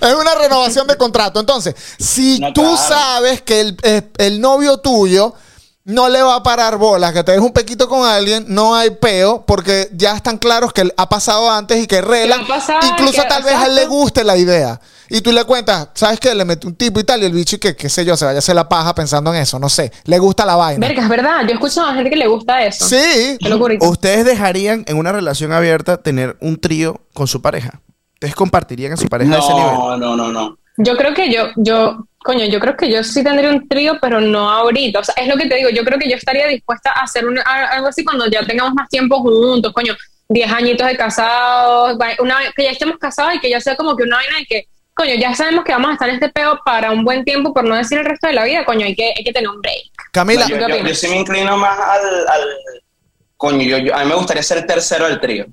S2: Es una renovación de contrato. Entonces, si
S6: No,
S2: tú
S6: claro.
S2: sabes que el, eh, el novio tuyo no le va a parar bolas, que te des un pequito con alguien, no hay peo, porque ya están claros que ha pasado antes y que rela.
S3: Que va a pasar,
S2: Incluso
S3: que-
S2: tal vez a él
S3: exacto.
S2: le guste la idea. Y tú le cuentas, ¿sabes qué? Le mete un tipo y tal, y el bicho, y que qué sé yo, se vaya a hacer la paja pensando en eso, no sé. Le gusta la vaina.
S3: Verga, es verdad. Yo he escuchado a gente que le gusta eso.
S2: Sí.
S3: Qué locurita.
S4: ¿Ustedes dejarían en una relación abierta tener un trío con su pareja? ¿Ustedes compartirían a su pareja a ese nivel?
S6: No, no, no, no.
S3: Yo creo que yo, yo, coño, yo creo que yo sí tendría un trío, pero no ahorita. O sea, es lo que te digo, yo creo que yo estaría dispuesta a hacer un- a- algo así cuando ya tengamos más tiempo juntos, coño, 10 añitos de casados, va- una vez que ya estemos casados y que ya sea como que una vaina de que, coño, ya sabemos que vamos a estar en este peo para un buen tiempo, por no decir el resto de la vida, coño, hay que, hay que tener un break.
S2: Camila,
S6: No, yo, yo, yo sí me inclino más al. al coño, yo, yo- a mí me gustaría ser tercero del trío.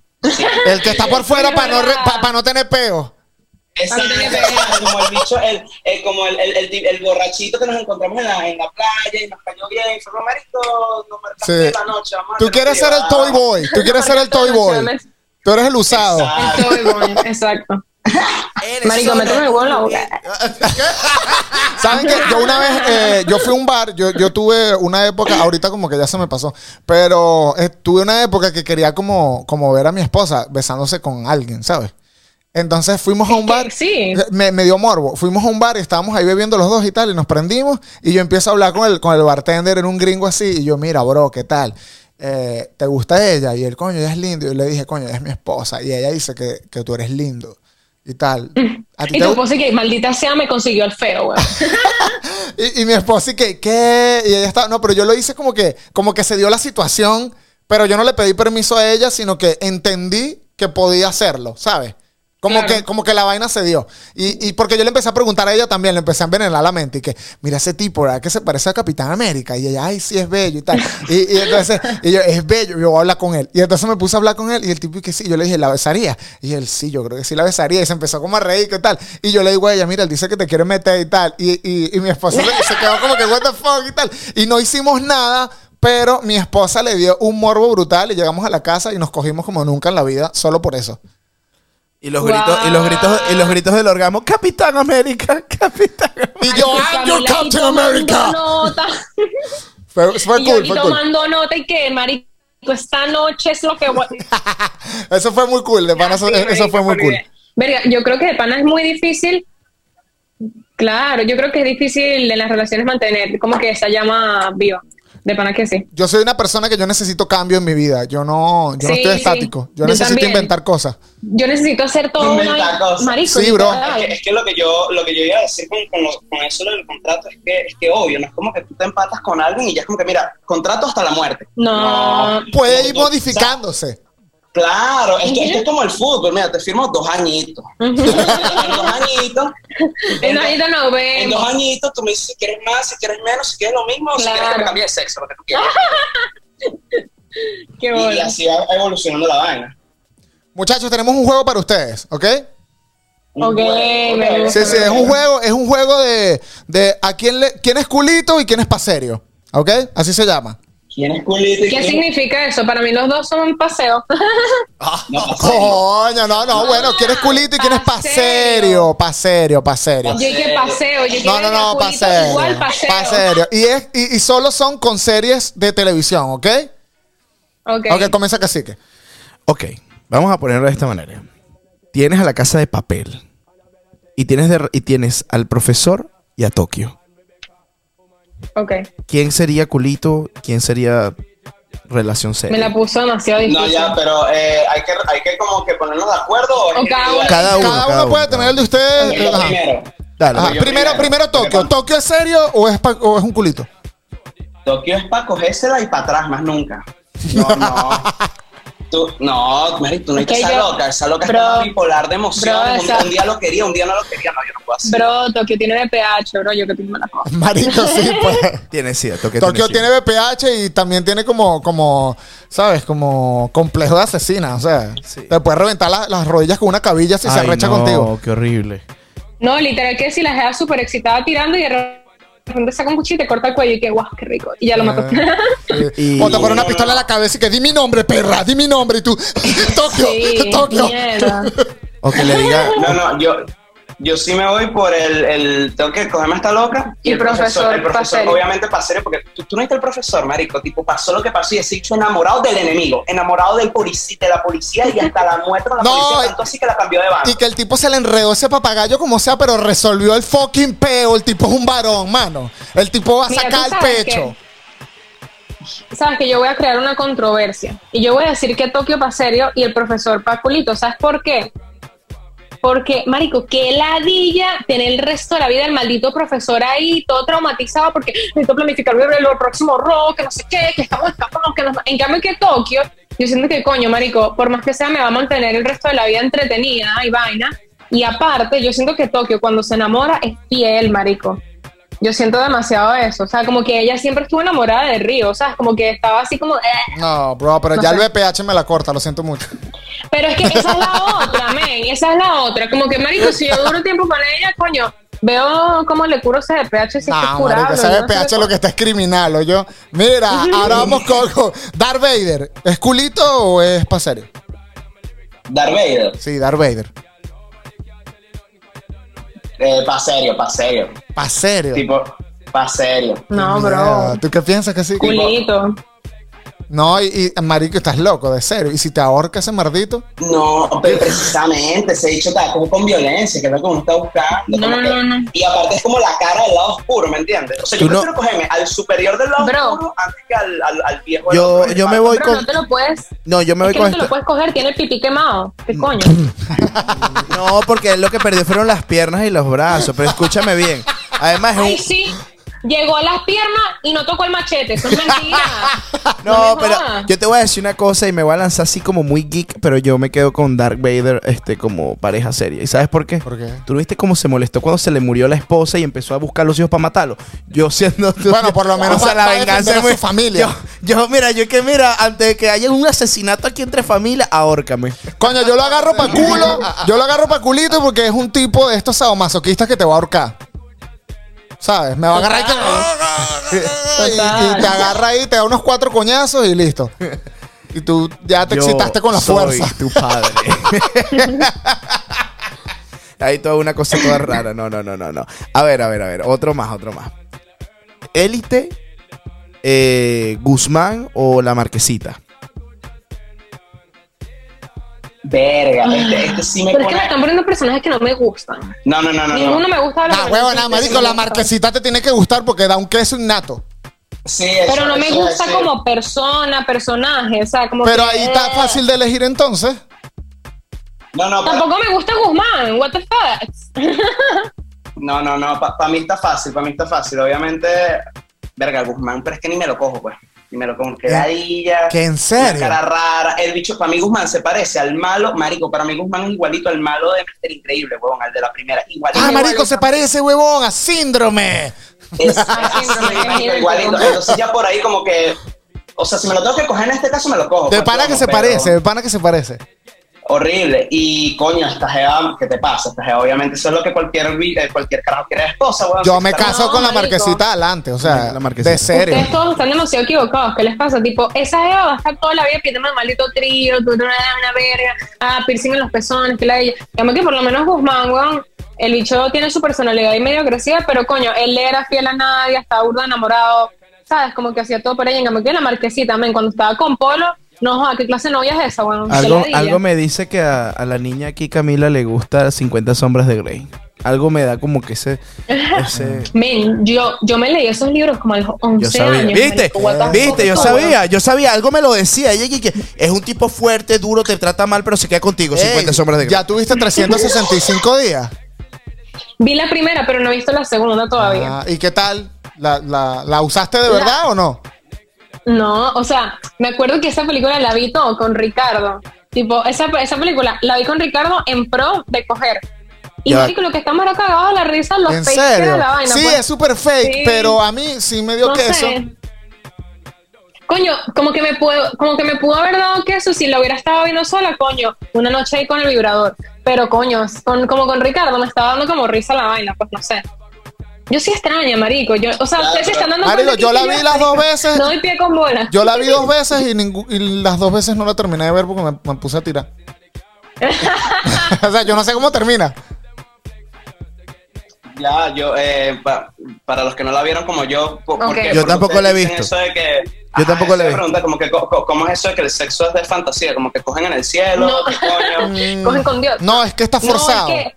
S2: el que está por fuera
S3: Sí,
S2: para no, re-
S3: ¿verdad?
S2: pa- pa' no tener peo.
S6: Exacto, pues, como el bicho, el, el- como el, el, el, el borrachito que nos encontramos en la, en la playa y nos cayó bien, fue marico, nos marcaste
S2: Sí.
S6: la noche, vamos a
S2: Tú
S6: hacer
S2: quieres
S6: un
S2: ser el
S6: privado".
S2: toy boy. Tú quieres ser el toy boy. Tú eres el usado.
S6: Exacto.
S3: Estoy bueno, exacto. Marico, méteme el huevo en la boca.
S2: ¿Saben qué? Yo una vez, eh, yo fui a un bar, yo, yo tuve una época, ahorita como que ya se me pasó, pero eh, tuve una época que quería como, como ver a mi esposa besándose con alguien, ¿sabes? Entonces fuimos a un
S3: que
S2: bar.
S3: sí.
S2: Me, me dio morbo. Fuimos a un bar y estábamos ahí bebiendo los dos y tal, y nos prendimos. Y yo empiezo a hablar con el, con el bartender en un gringo así. Y yo, mira, bro, ¿qué tal? Eh, ¿Te gusta ella? Y el coño, ella es lindo. Y yo le dije, coño, ella es mi esposa. Y ella dice que, que tú eres lindo y
S3: [laughs]
S2: tal. ¿A ti te
S3: Y tu
S2: gu-
S3: esposa que maldita sea me consiguió el feo, weón.
S2: y, y mi esposa y que, ¿qué? Y ella estaba, no, pero yo lo hice como que, como que se dio la situación, pero yo no le pedí permiso a ella, sino que entendí que podía hacerlo, ¿sabes? Como,
S3: Claro.
S2: que, como que la vaina se dio. Y, y porque yo le empecé a preguntar a ella también, le empecé a envenenar la mente y que, mira ese tipo, ¿verdad? Que se parece a Capitán América. Y ella, ay, sí, es bello y tal. Y, y entonces, y yo, es bello, yo voy a hablar con él. Y entonces me puse a hablar con él y el tipo, y que sí, yo le dije, ¿la besaría? Y él, sí, yo creo que sí la besaría. Y se empezó como a reír y tal. Y yo le digo a ella, mira, él dice que te quiere meter y tal. Y, y, y mi esposa se, se quedó como que, what the fuck y tal. Y no hicimos nada. Pero mi esposa le dio un morbo brutal y llegamos a la casa y nos cogimos como nunca en la vida, solo por eso.
S4: Y los gritos, y los gritos, y los gritos del orgasmo, Capitán América, [laughs] Capitán América.
S2: Y yo,
S3: Camila
S2: "I'm your
S3: ahí
S2: Captain
S3: tomando
S2: America.
S3: nota.
S2: Fue, fue
S3: y yo
S2: cool,
S3: aquí
S2: fue cool.
S3: tomando nota y que, marico, esta noche es lo que voy
S2: Eso fue muy cool, de [laughs] pana, eso,
S3: Sí,
S2: eso fue muy
S3: marico,
S2: cool.
S3: porque- Verga, yo creo que de pana es muy difícil. Claro, yo creo que es difícil en las relaciones mantener como que esa llama viva. De pana que sí.
S2: Yo soy una persona que yo necesito cambio en mi vida. Yo no, yo no
S3: Sí,
S2: estoy
S3: sí.
S2: estático. Yo,
S3: Yo
S2: necesito
S3: también.
S2: inventar cosas.
S3: Yo necesito hacer todo
S6: Inventa
S3: una-
S6: cosas.
S3: Marico,
S2: Sí, bro.
S6: Es que,
S3: literal.
S6: es que lo que yo lo que yo iba a decir con, con lo- con eso del contrato es que es que obvio, no es como que tú te empatas con alguien y ya es como que mira, contrato hasta la muerte.
S3: No.
S2: Puede ir
S6: No, no,
S2: modificándose.
S6: Claro, es que esto es como el fútbol, mira, te firmo dos
S3: [laughs]
S6: añitos. en dos añitos.
S3: En dos añitos nos
S6: En
S3: vemos.
S6: dos añitos tú me dices si quieres más, si quieres menos, si quieres lo mismo, o si quieres que
S3: Claro.
S6: me cambie de sexo, lo que tú quieras.
S3: Qué
S6: y
S3: bola.
S6: así va evolucionando la vaina.
S2: Muchachos, tenemos un juego para ustedes, ¿ok?
S3: Ok, me gusta.
S2: Sí, sí, es un juego, es un juego de, de a quién le, quién es culito y quién es pa' serio. ¿Ok? Así se llama.
S6: ¿Quién es culito? y
S3: ¿Qué
S6: quién-
S3: significa eso? Para mí los dos son un paseo. [laughs]
S6: No, pasa nada.
S2: Coño, no, no, bueno, quién es culito y quién es pa'
S3: pa' serio.
S2: serio, pa' serio, pa' serio.
S3: Yo que paseo, yo
S2: No, no, no, pa' serio.
S3: Igual paseo.
S2: Pa' serio. Y, es, y, y solo son con series de televisión, ¿ok?
S3: Ok.
S2: Ok, comienza cacique.
S4: Ok, vamos a ponerlo de esta manera. Tienes a la casa de papel y tienes, de- y tienes al profesor y a Tokio.
S3: ok.
S4: ¿Quién sería culito? ¿Quién sería relación
S3: Me
S4: seria.
S3: la puso demasiado difícil.
S6: No, ya, pero eh, hay, que, hay que como que ponernos de acuerdo. O es
S3: O cada
S6: individual?
S3: uno.
S4: Cada uno,
S2: Cada uno puede tener el de ustedes.
S6: Yo
S2: Ajá.
S6: primero.
S4: Dale. pues.
S2: Ajá,
S6: Yo
S2: Primero,
S6: primero.
S2: primero
S6: Porque
S2: Tokio.
S6: no.
S2: ¿Tokio es serio o es, pa- o es un culito? [laughs]
S6: Tokio es para cogérsela y para atrás, más nunca. No,
S2: [laughs]
S6: no. Tú, no, Mary, tú no
S3: Es
S6: estás
S3: que
S6: esa
S3: yo-
S6: loca. Esa loca
S3: Bro.
S6: está bipolar de emoción.
S3: Bro,
S6: un,
S3: esa-
S6: un día lo quería, un día no lo quería. No, yo no puedo hacer.
S3: Bro, Tokio tiene BPH, bro, yo que tengo mala cosa.
S2: Marico, [laughs] sí, pues.
S4: Tiene sida, Tokio,
S2: Tokio
S4: tiene
S2: tiene BPH y también tiene como, como, ¿sabes? Como complejo de asesina. O sea,
S4: Sí.
S2: te puede reventar la- las rodillas con una cabilla si
S4: sida.
S2: se
S4: Ay,
S2: arrecha
S4: no,
S2: contigo.
S4: qué horrible.
S3: No, literal que si la jeva súper excitada tirando y de repente saca un cuchillo y te corta el cuello y que guau, qué rico. Y ya lo mató.
S2: Sí.
S4: Y-
S2: O te pone una pistola en la cabeza y que di mi nombre, perra, di mi nombre. Y tú, [laughs] Tokio,
S3: [laughs] sí,
S2: Tokio.
S3: mierda.
S4: O que le diga.
S3: [laughs]
S6: No, no, yo, yo sí me voy por el, el tengo que cogerme esta loca.
S3: Y profesor,
S6: el profesor
S3: Paceri.
S6: obviamente para serio, porque tú, tú no viste el profesor, marico, tipo, pasó lo que pasó y ese bicho enamorado del enemigo, enamorado del policía, de la policía y hasta la muerte con
S2: [laughs]
S6: la
S2: No,
S6: policía,
S2: y-
S6: tanto así que la cambió de banda.
S2: Y que el tipo se le enredó ese papagayo como sea, pero resolvió el fucking peo. El tipo es un varón, mano. El tipo va a
S3: Mira, ¿tú
S2: sacar el
S3: sabes
S2: pecho.
S3: Sabes que yo voy a crear una controversia y yo voy a decir que Tokio pa' serio y el profesor pa' culito. ¿Sabes por qué? Porque, marico, qué ladilla tener el resto de la vida el maldito profesor ahí, todo traumatizado, porque necesito planificar el próximo rock, que no sé qué, que estamos escapados, que nos... En cambio que Tokio, yo siento que, coño, marico, por más que sea, me va a mantener el resto de la vida entretenida y vaina. Y aparte, yo siento que Tokio, cuando se enamora, es fiel, marico. Yo siento demasiado eso. O sea, como que ella siempre estuvo enamorada de Río, o sea, como que estaba así como... "Eh,
S2: No, bro, pero
S3: No
S2: ya
S3: sé.
S2: el BPH me la corta, lo siento mucho.
S3: Pero es que esa es la otra, [laughs] men, esa es la otra. Como que, marico, si yo duro tiempo con ella, coño, veo cómo le curo ese DPH si es
S2: No,
S3: curable.
S2: marico,
S3: yo
S2: ese
S3: no sé
S2: BPH lo
S3: cómo-
S2: que está es criminal, o yo. Mira, ahora vamos con con Darth Vader. ¿Es culito o es pa' serio?
S6: Darth Vader,
S2: Sí, Darth Vader.
S6: eh, pa' serio, pa' serio,
S2: Pa' serio.
S6: tipo, pa' serio.
S3: No,
S2: Mira,
S3: bro.
S2: ¿Tú qué piensas que sí?
S3: Culito.
S2: No, y, y, marico, estás loco, de serio. Y si te ahorca ese mardito,
S6: No, pero precisamente, ese dicho está como con violencia, que es lo que uno está buscando.
S3: No,
S6: como
S3: no,
S6: que-
S3: no, no.
S6: Y aparte es como la cara del lado oscuro, ¿me entiendes? O sea, yo
S4: Tú no-
S6: prefiero cogerme al superior del lado
S3: Bro.
S6: oscuro antes que al, al, al viejo. del
S4: Yo,
S6: otro,
S4: yo me
S6: del
S4: voy
S3: Pero
S4: con.
S3: no te lo puedes...
S4: No, yo me
S3: Es
S4: voy
S3: que no
S4: con Mm.
S3: te lo
S4: esto.
S3: puedes coger, tiene el pipí quemado. ¿Qué coño?
S4: [clears throat] No, porque él lo que perdió fueron las piernas y los brazos. Pero escúchame bien. Además,
S3: Ay,
S4: es un.
S3: sí. Llegó a las piernas y no tocó el machete. Eso es mentira.
S4: [laughs] No,
S3: me
S4: pero
S3: jodas.
S4: yo te voy a decir una cosa y me voy a lanzar así como muy geek, pero yo me quedo con Dark Vader este, como pareja seria. ¿Y sabes por qué?
S2: ¿Por qué?
S4: ¿Tú no viste cómo se molestó cuando se le murió la esposa y empezó a buscar a los hijos para matarlo? Yo siendo...
S2: [laughs] Bueno, por lo menos
S4: O sea,
S2: va-
S4: la
S2: va a defender
S4: venganza
S2: a
S4: es muy...
S2: su familia.
S4: Yo, yo, mira, yo que mira, antes de que haya un asesinato aquí entre familias, ahórcame.
S2: coño, yo lo agarro pa' culo. Yo lo agarro pa' culito porque es un tipo de estos sadomasoquistas que te va a ahorcar. ¿Sabes? Me va a agarrar y, que- y- y te agarra ahí, te da unos cuatro coñazos y listo. Y tú ya te
S4: Yo
S2: excitaste con la
S4: soy
S2: fuerza.
S4: tu [laughs] padre. Hay toda una cosa toda rara. No, no, no, no, no. A ver, a ver, a ver. Otro más, otro más. Élite, eh, Guzmán o La Marquesita.
S6: Verga, este, este sí me
S3: Pero es que
S6: pone.
S3: me están poniendo personajes que no me gustan.
S6: No, no, no, no. no.
S3: Ninguno me gusta. de los
S2: Nah,
S3: que
S2: huevo,
S3: me
S2: nah,
S3: gustan.
S2: Ah, marico, la marquesita te tiene que gustar porque da un queso innato.
S6: Sí, eso-
S3: Pero no me
S6: eso
S3: gusta
S6: es, sí.
S3: como persona, personaje, o sea, como
S2: Pero
S3: que-
S2: ahí está fácil de elegir entonces.
S6: No, no, pa-
S3: Tampoco me gusta Guzmán, what the fuck.
S6: no, no, no. Para mí está fácil, para mí está fácil. Obviamente, verga, Guzmán, pero es que ni me lo cojo, pues. Ni me lo cojo.
S2: ¿Eh?
S6: Quedadilla.
S2: ¿Que en serio?
S6: Cara rara. El bicho, para mí Guzmán se parece al malo, marico. Para mí Guzmán es igualito al malo de Mister Increíble, huevón, al de la primera. Igualito.
S2: Ah,
S3: igual,
S2: marico, se
S3: ¿no?
S2: parece, huevón, a síndrome. [laughs]
S6: Es
S3: Ah, sí, no, no, no, no, no, no.
S6: igualito. Entonces ya por ahí como que, o sea, si me lo tengo que coger en este caso me lo cojo.
S2: De
S6: pues,
S2: pana que
S6: vamos,
S2: se
S6: pero
S2: parece, de pana que se parece.
S6: Horrible. Y coño, esta jeva, ¿qué te pasa? Esta jeva, obviamente, eso es lo que cualquier, vi- eh, cualquier carajo quiere de esposa, weón.
S2: Yo me
S6: Está-
S2: caso
S3: No,
S2: con la
S3: marico.
S2: marquesita adelante, o sea,
S4: La marquesita.
S2: de serio.
S3: Ustedes todos están demasiado equivocados, ¿qué les pasa? Tipo, esa Eva va a estar toda la vida pidiendo el maldito trío, tú no eres una verga, ah, piercing en los pezones, que la ella. Digamos que por lo menos Guzmán, weón, el bicho tiene su personalidad y medio agresiva, pero coño, él le era fiel a nadie, estaba burda enamorado, ¿sabes? Como que hacía todo por ella. En cambio que la marquesita, men, cuando estaba con Polo, no, joda, ¿qué clase de novia es esa, weón? Qué
S4: Algo,
S3: ladilla.
S4: algo me dice que a, a la niña aquí Camila le gusta 50 sombras de Grey. algo me da como
S3: [laughs]
S4: que ese... ese-
S3: Men, yo, yo me leí esos libros como a los 11
S4: yo sabía.
S3: años.
S4: ¿Viste?
S3: marico, what the
S4: ¿Viste?
S3: fuck,
S4: Yo
S3: todo.
S4: sabía, yo sabía, algo me lo decía. Ella que, que es un tipo fuerte, duro, te trata mal, pero se queda contigo. 50 sombras de
S2: Ya tuviste 365 días.
S3: Vi la primera, pero no he visto la segunda todavía.
S2: Ah, ¿Y qué tal? ¿La, la, la usaste de verdad o no?
S3: No, o sea, me acuerdo que esa película la vi todo con Ricardo. Tipo, esa, esa película la vi con Ricardo en pro de coger. Y
S4: Ya.
S3: marico, lo que estamos era cagados de la risa, los
S2: ¿En
S3: fakes que era
S2: serio?
S3: la vaina.
S2: sí,
S3: pues.
S2: es súper fake,
S3: Sí.
S2: pero a mí sí me dio
S3: No
S2: queso.
S3: sé. Coño, como que me puedo, como que me pudo haber dado queso si la hubiera estado viendo sola, coño, una noche ahí con el vibrador. Pero coño, con, como con Ricardo, me estaba dando como risa la vaina, pues no sé. Yo sí extraña, marico. Yo, o sea, ustedes se están dando
S2: Marico,
S3: cuenta que
S2: yo la vi
S3: estoy-
S2: las dos veces.
S3: No doy pie con bola.
S2: Yo la vi dos veces y, ningú- y las dos veces no la terminé de ver porque me, me puse a
S3: [laughs]
S2: tirar. o sea, yo no sé cómo termina.
S6: Ya, yo, eh, pa- para los que no la vieron como yo, po-
S3: Ok.
S6: porque-
S3: Yo
S6: porque
S4: tampoco
S6: ustedes
S4: la he
S6: dicen
S4: visto.
S6: Eso de que,
S4: Yo tampoco la he visto.
S6: esa pregunta, como que, co- co- ¿Cómo es eso de que el sexo es de fantasía? Como que cogen en el cielo,
S3: No.
S6: ¿qué
S3: [laughs]
S6: coño?
S3: Cogen con Dios.
S2: No, es que está
S3: No, es
S2: forzado.
S3: que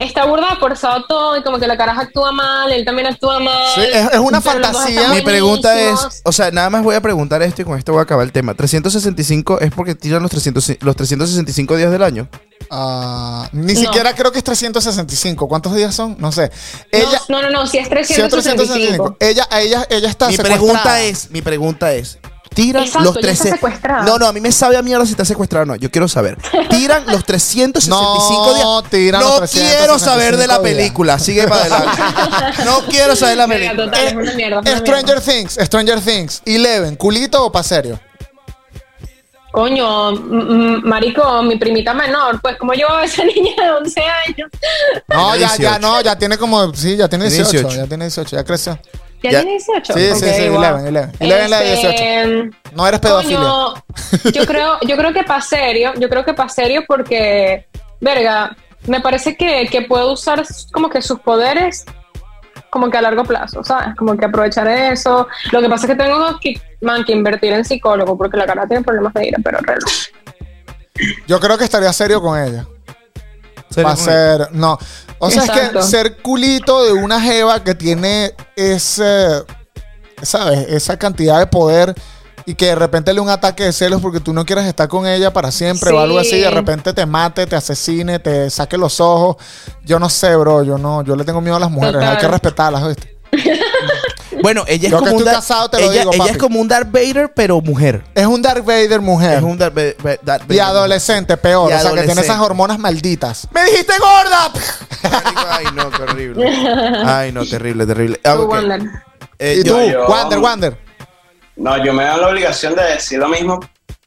S3: está burda, forzado todo, y como que la caraja actúa mal, él también actúa mal.
S2: Sí, es- es una
S3: pero los dos
S2: fantasía.
S3: están
S4: Mi pregunta es,
S3: buenísimos.
S4: o sea, nada más voy a preguntar esto y con esto voy a acabar el tema. 365 es porque tiran los, 300, los 365 días del año.
S2: Ah, ni
S3: No.
S2: siquiera creo que es 365. ¿cuántos días son? No sé. Ella,
S3: no, no, no, si es
S2: sí, es
S3: 365.
S2: Ella, a ella, ella está
S4: mi
S2: secuestrada.
S4: pregunta es, mi pregunta es, tiran
S3: Exacto,
S4: los
S3: ya está
S4: 13
S3: secuestrada.
S4: No, no, a mí me sabe a mierda si está secuestrada o no, yo quiero saber. Tiran los 365
S2: No,
S4: días.
S2: tiran
S4: no
S2: los 365
S4: quiero saber de la
S2: días.
S4: película, sigue para adelante. no quiero saber la
S3: Verga,
S4: película.
S3: total, es una mierda. es una mierda.
S2: eh, Stranger Things, Stranger Things, Eleven, culito o pa' serio.
S3: Coño, m- m- marico, mi primita menor, pues como yo a esa [laughs] niña de 11 años.
S2: No, ya, ya
S4: 18.
S2: no, ya tiene como, sí, ya tiene
S4: Tiene
S2: 18,
S4: 18.
S2: ya tiene 18, ya creció.
S3: ¿Ya,
S4: Ya.
S3: tiene 18?
S2: Sí, sí,
S3: Ok, Este,
S2: sí,
S3: guau.
S2: 11, 11. 11 la de 18. No eres pedofilia.
S3: Coño, yo creo, yo creo que para serio, yo creo que para serio porque, verga, me parece que, que puedo usar como que sus poderes como que a largo plazo, ¿sabes? Como que aprovechar eso. Lo que pasa es que tengo que, man, que invertir en psicólogo porque la cara tiene problemas de ira, pero reloj.
S2: Yo creo que estaría serio con ella.
S4: Eh,
S2: Va a ser, no. O sea,
S3: Exacto.
S2: es que ser culito de una jeva que tiene ese, ¿sabes? Esa cantidad de poder y que de repente le dé un ataque de celos porque tú no quieras estar con ella para siempre o
S3: Sí.
S2: algo así, y de repente te mate, te asesine, te saque los ojos. Yo no sé, bro, yo no, yo le tengo miedo a las mujeres,
S3: Total.
S2: hay que respetarlas, ¿viste?
S4: Bueno, ella es
S2: Yo que
S4: como un
S2: estoy
S4: Darth-
S2: casado, te lo
S4: ella,
S2: digo,
S4: ella es
S2: papi.
S4: como un Darth Vader pero mujer.
S2: Es un Darth Vader mujer.
S4: Es un Darth Vader- Darth Vader.
S2: y adolescente, peor.
S4: Y
S2: o sea, que tiene
S4: adolescente.
S2: esas hormonas malditas.
S4: ¡Me dijiste gorda! Ay, no, qué horrible. Ay, no, terrible, terrible. Ah,
S3: Tú,
S4: ok.
S3: Wander. Este
S4: Eh,
S2: y
S4: yo-
S2: tú,
S6: yo-
S2: Wander, Wander.
S6: No, yo me veo en la obligación de decir lo mismo,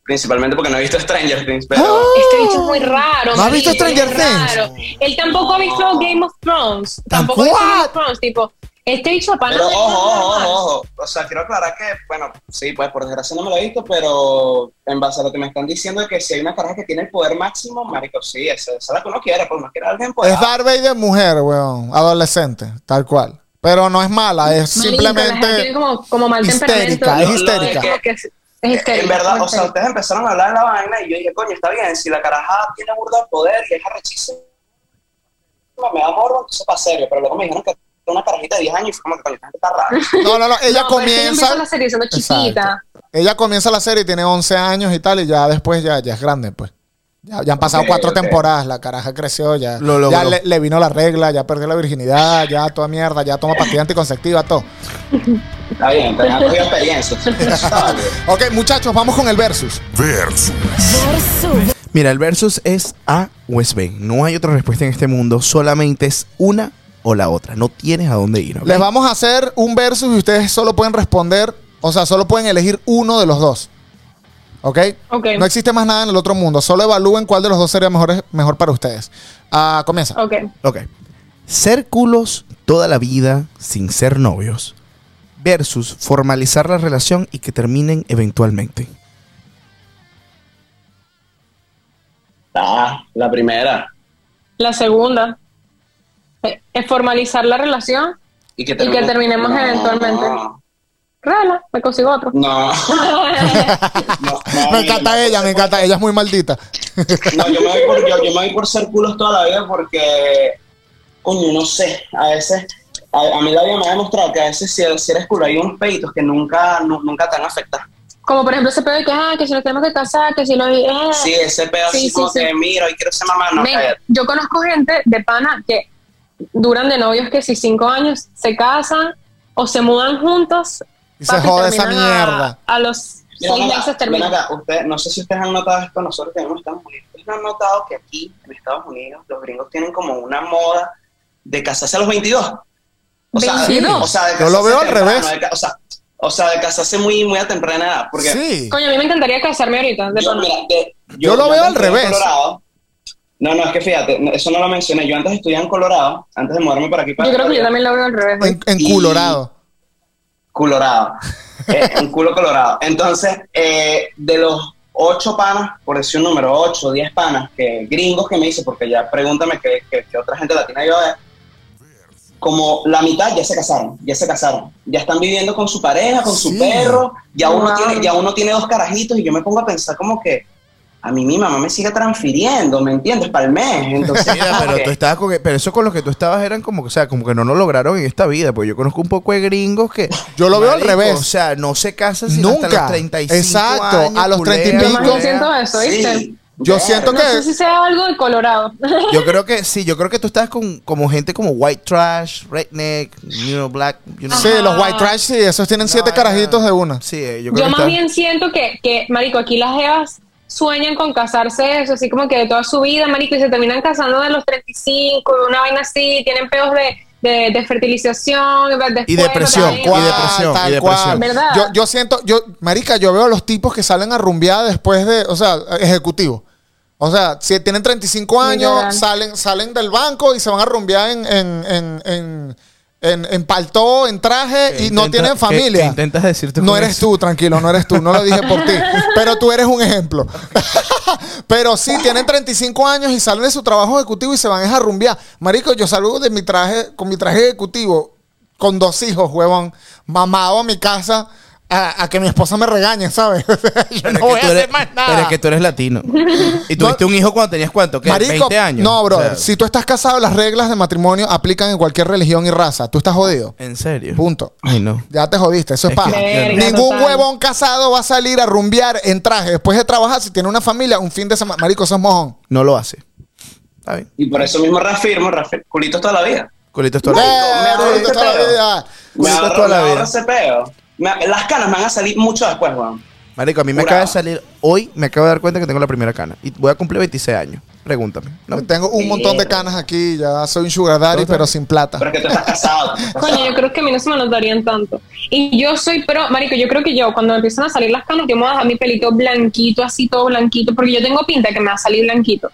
S6: principalmente porque no he visto Stranger Things, pero...
S4: Ah.
S3: Este bicho es muy
S6: Uh.
S3: raro.
S2: ¿No has
S3: marico,
S2: visto Stranger
S3: es
S2: Things?
S3: raro. Él tampoco ha visto Game of Thrones. Tampoco ha
S2: ¿What?
S3: visto Game of Thrones. Tipo, este bicho para
S6: Pero ojo, ojo, ojo, ojo. O sea, quiero aclarar que, bueno, sí, pues por desgracia no me lo he visto, pero en base a lo que me están diciendo de que si hay una caraja que tiene el poder máximo, marico, sí, esa esa es la que uno quiera, pues uno quiere a alguien
S2: Es
S3: ah,
S6: empoderado.
S2: Darth Vader mujer, weón. Adolescente, tal cual. Pero no es mala, es
S3: Tiene
S2: simplemente.
S3: como, como mal temperamento.
S2: histérica, es
S3: Lo- lo-
S2: histérica.
S3: como que es, es histérica.
S6: En verdad,
S3: como
S6: o sea,
S3: histérica.
S6: ustedes empezaron a hablar de la vaina y yo dije, coño, está bien, si la caraja tiene burda de poder y es arrechísima, me da morbo, entonces para serio, pero luego me dijeron que era una carajita de 10 años y fue como que coño, esta gente está rara.
S2: No,
S3: [laughs]
S2: no, no. Ella
S3: No, pero es que ella
S2: comienza.
S3: empieza la serie siendo chiquita.
S2: Exacto. Ella comienza la serie y tiene 11 años y tal, y ya después ya, ya es grande, pues. Ya, ya han pasado
S6: Ok,
S2: cuatro
S6: ok.
S2: temporadas, la caraja creció, ya,
S4: Lo logró.
S2: ya le, le vino la regla, ya perdió la virginidad, ya toda mierda, ya toma pastilla anticonceptiva, todo.
S6: Está bien, pero ya cogí experiencia. Está bien.
S2: Ok, muchachos, vamos con el versus.
S1: Versus.
S4: Mira, el versus es A o es B. No hay otra respuesta en este mundo, solamente es una o la otra. No tienes a dónde ir. ¿ok?
S2: Les vamos a hacer un versus y ustedes solo pueden responder, o sea, solo pueden elegir uno de los dos. ¿Ok?
S3: Ok.
S2: No existe más nada en el otro mundo. Solo evalúen cuál de los dos sería mejor, mejor para ustedes. Ah, comienza.
S3: Ok.
S4: Ok. Ser culos toda la vida sin ser novios versus formalizar la relación y que terminen eventualmente.
S6: Ah, la primera.
S3: La segunda eh, es formalizar la relación.
S6: Y que,
S3: que terminemos eventualmente. Rala, me consigo
S6: [laughs]
S3: otro.
S6: No. No, no,
S2: Me encanta
S6: no,
S2: ella, me encanta. Ella es muy maldita.
S6: No, yo me voy por, yo, yo me voy por ser culos toda la vida porque coño, no sé, a veces, a, a mí la vida me ha demostrado que a veces si, si eres culo hay unos peitos que nunca, nu- nunca te van a afectar.
S3: Como por ejemplo ese pedo de que, ah, que si nos tenemos que casar, que si lo... eh.
S6: Sí, ese pedo
S3: Sí,
S6: así
S3: sí,
S6: como
S3: sí.
S6: que miro y quiero ser mamá, no,
S3: Men,
S6: cállate.
S3: yo conozco gente de pana que duran de novios que si cinco años se casan o se mudan juntos.
S2: Y se jode esa
S3: terminan a-
S2: mierda.
S3: A, los seis
S6: Mira, ven acá,
S3: meses
S6: ven
S3: terminan.
S6: acá, usted- no sé si ustedes han notado esto, nosotros tenemos Estados Unidos. Ustedes no han notado que aquí, en Estados Unidos, los gringos tienen como una moda de casarse a los 22. O sea,
S3: 22.
S6: o sea, de
S2: Yo lo
S6: casarse
S2: veo al
S6: temprano,
S2: revés.
S6: de ca- o, sea, o sea, de casarse muy, muy a temprana edad. Porque
S2: Sí.
S3: Coño, a mí me encantaría casarme ahorita. De
S6: yo,
S3: pana.
S6: mira, de-
S2: Yo lo veo
S6: antes
S2: al
S6: estudié en
S2: revés.
S6: Colorado. no, no, es que fíjate, no, eso no lo mencioné. Yo antes estudiaba en Colorado, antes de mudarme para aquí. Para
S3: yo creo que yo
S6: Florida.
S3: también lo veo al revés. güey.
S2: En, en
S6: Y-
S2: Colorado. [laughs]
S6: colorado. Eh, un culo colorado. Entonces, eh, de los ocho panas, por decir un número, ocho, diez panas, que gringos que me hice, porque ya pregúntame que, que- que otra gente latina yo veo, como la mitad ya se casaron, ya se casaron, ya están viviendo con su pareja, con
S2: Sí.
S6: su perro, ya uno,
S3: Wow.
S6: tiene, ya uno tiene dos carajitos y yo me pongo a pensar como que a mí mi mamá me sigue transfiriendo, ¿me entiendes? Para el mes. Entonces,
S4: Mira,
S2: [laughs]
S6: como
S4: pero
S6: que-
S4: tú estabas con e, pero eso con los que tú estabas eran como que, o sea, como que no lo lograron en esta vida, pues yo conozco un poco de gringos que
S2: Yo lo veo al revés.
S4: O sea, no se casan sino hasta
S2: Nunca.
S4: los 35
S2: Exacto,
S4: años,
S2: a los 30 y
S4: culea,
S2: pico.
S3: Más bien
S4: culea.
S3: siento eso, ¿viste?
S6: Sí.
S2: Yo
S6: Verga.
S2: siento
S3: No sé
S2: que
S3: si sea algo de Colorado.
S4: Yo creo que sí, yo creo que tú estás con como gente como white trash, redneck, you know, black, you know.
S2: Sí, los white trash, sí, esos tienen siete
S4: No,
S2: carajitos
S4: no.
S2: de una.
S4: Sí, eh, yo
S3: Yo
S4: creo que
S3: más
S4: está-
S3: bien siento que, que, marico, aquí las jevas sueñan con casarse eso, así como que de toda su vida, marico, y se terminan casando de los 35, una vaina así, tienen peos de, de, de fertilización, después,
S4: Y depresión,
S3: otra vaina.
S4: ¿cuál? Y depresión, y depresión.
S3: ¿Verdad?
S2: Yo, yo siento, yo, marica, yo veo a los tipos que salen a rumbear después de, o sea, ejecutivos. O sea, si tienen 35
S3: Literal.
S2: años, salen, salen del banco y se van a rumbear en, en, en, en, en- en paltó, en traje
S4: Que
S2: y no
S4: intenta-
S2: tienen
S4: que-
S2: familia.
S4: que intentas decirte
S2: No
S4: con
S2: eres
S4: eso.
S2: tú, tranquilo, no eres tú, no lo dije por ti. Pero tú eres un ejemplo. [laughs] Pero sí, tienen 35 años y salen de su trabajo ejecutivo y se van es a rumbear. Marico, yo salgo de mi traje, con mi traje ejecutivo, con dos hijos, huevón, mamado a mi casa a, a que mi esposa me regañe, ¿sabes? [laughs] O sea, yo
S4: Pero
S2: no
S4: es que
S2: voy a
S4: tú
S2: hacer
S4: eres-
S2: más nada.
S4: Pero es que tú
S2: [laughs]
S4: eres latino. Y tuviste un hijo cuando tenías cuánto, ¿qué? 20 años.
S2: no, brother.
S4: O sea,
S2: si tú estás casado, las reglas de matrimonio aplican en cualquier religión y raza. Tú estás jodido.
S4: en serio.
S2: Punto.
S4: Ay, no.
S2: Ya te jodiste, eso es,
S4: Es
S2: paja.
S4: que-
S3: Verga,
S2: Ningún
S3: total.
S2: huevón casado va a salir a rumbear en traje después de trabajar si tiene una familia un fin de semana. Marico, sos mojón.
S4: No lo hace. Está bien.
S6: Y por eso mismo reafirmo, reafir- culitos toda la vida.
S4: Culito
S2: Eh,
S4: esto.
S6: ahorro
S2: marico,
S6: ese
S2: toda la
S6: pedo.
S2: vida.
S6: Me
S4: Culito
S6: ahorro,
S4: toda la
S6: me ahorro
S4: vida.
S6: ese peo. Me- las canas me van a salir mucho después, weón.
S4: Marico, a mí me acaba
S6: Jurado.
S4: de salir hoy, me acabo de dar cuenta que tengo la primera cana. Y voy a cumplir 26 años. Pregúntame. ¿no?
S2: Tengo un montón de canas aquí, ya soy un sugar daddy, pero sin plata.
S6: Pero es que tú estás casado. tú
S2: [laughs]
S6: estás
S3: Coño,
S6: casado.
S3: yo creo que a mí no se me notarían tanto. Y yo soy pro, marico, yo creo que yo, cuando me empiezan a salir las canas, yo me voy a dejar mi pelito blanquito, así todo blanquito, porque yo tengo pinta que me va a salir blanquito.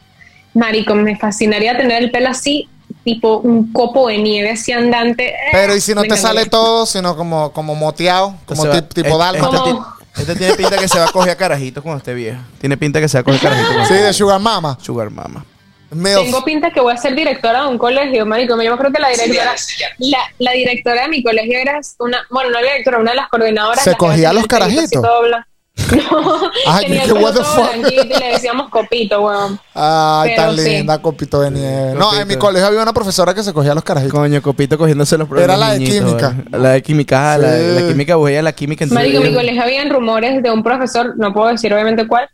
S3: Marico, me fascinaría tener el pelo así, tipo un copo de nieve así andante. Eh,
S2: Pero y si no
S3: me
S2: te sale
S3: encantaría.
S2: todo, sino como, como moteado, como
S4: Entonces
S2: tip-
S4: va-
S2: tipo
S4: eh,
S2: Dalma.
S4: Este,
S3: Como-
S4: ti- este tiene pinta que se va a coger a carajitos cuando esté viejo. Tiene pinta que se va a coger a carajitos. cuando
S2: Sí,
S4: esté
S2: de
S4: viejo.
S2: sugar mama.
S4: Sugar mama.
S2: Milf.
S3: Tengo pinta que voy a ser directora de un colegio, marico. Yo creo que la
S6: Sí,
S3: directora,
S6: sí, sí.
S3: la, la directora de mi colegio era una, bueno, no la directora, una de las coordinadoras.
S2: Se
S3: la que
S2: cogía
S3: tenía
S2: los
S3: el pelito así
S2: carajitos.
S3: todo blan- [laughs] No,
S2: Ay,
S3: tenía
S2: qué
S3: el
S2: what
S3: pelo
S2: the
S3: todo
S2: fuck.
S3: blanquito y le decíamos copito, weón.
S2: Ay,
S3: Pero
S2: tan
S3: sí.
S2: linda, copito de nieve.
S4: Sí,
S2: No,
S4: copito.
S2: en mi colegio había una profesora que se cogía los carajitos.
S4: Coño, Copito cogiéndose los
S2: Era la de
S4: niñitos,
S2: química.
S4: ¿vale? La de química, ah, la,
S2: Sí.
S4: la química, voy a la química. entre
S3: Marico, en mi
S4: ellos.
S3: colegio habían rumores de un profesor, no puedo decir obviamente cuál,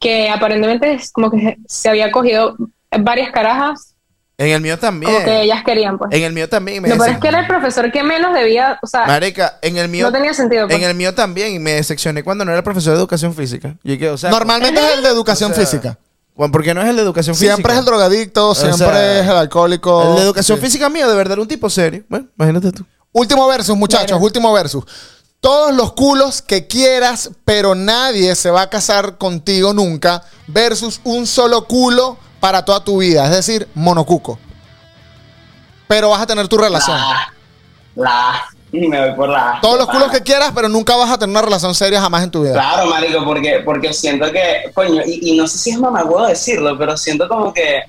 S3: que aparentemente es como que se había cogido varias carajas,
S4: En el mío también.
S3: como que ellas querían, pues.
S4: En el mío también. me
S3: Lo peor
S4: decían-
S3: es que era el profesor que menos debía, o sea,
S4: Marica, en el mío.
S3: no tenía sentido. pues.
S4: En el mío también. Y me decepcioné cuando no era el profesor de educación física. Yo que, o sea,
S2: Normalmente es el de educación
S4: o sea,
S2: física.
S4: Juan, ¿por qué no es el de educación
S2: Siempre es el
S4: física?
S2: drogadicto, siempre
S4: sea,
S2: es el alcohólico.
S4: El de educación
S2: Sí.
S4: física mío, de verdad, era un tipo serio. Bueno, imagínate tú.
S2: Último versus, muchachos, último versus. Todos los culos que quieras, pero nadie se va a casar contigo nunca, versus un solo culo para toda tu vida, es decir, monocuco. Pero vas a tener tu relación.
S6: La, la, me voy por la.
S2: Todos los
S6: la-
S2: culos que quieras, pero nunca vas a tener una relación seria jamás en tu vida.
S6: Claro, marico, porque, porque siento que, coño, y, y no sé si es mamagüevo decirlo, pero siento como que,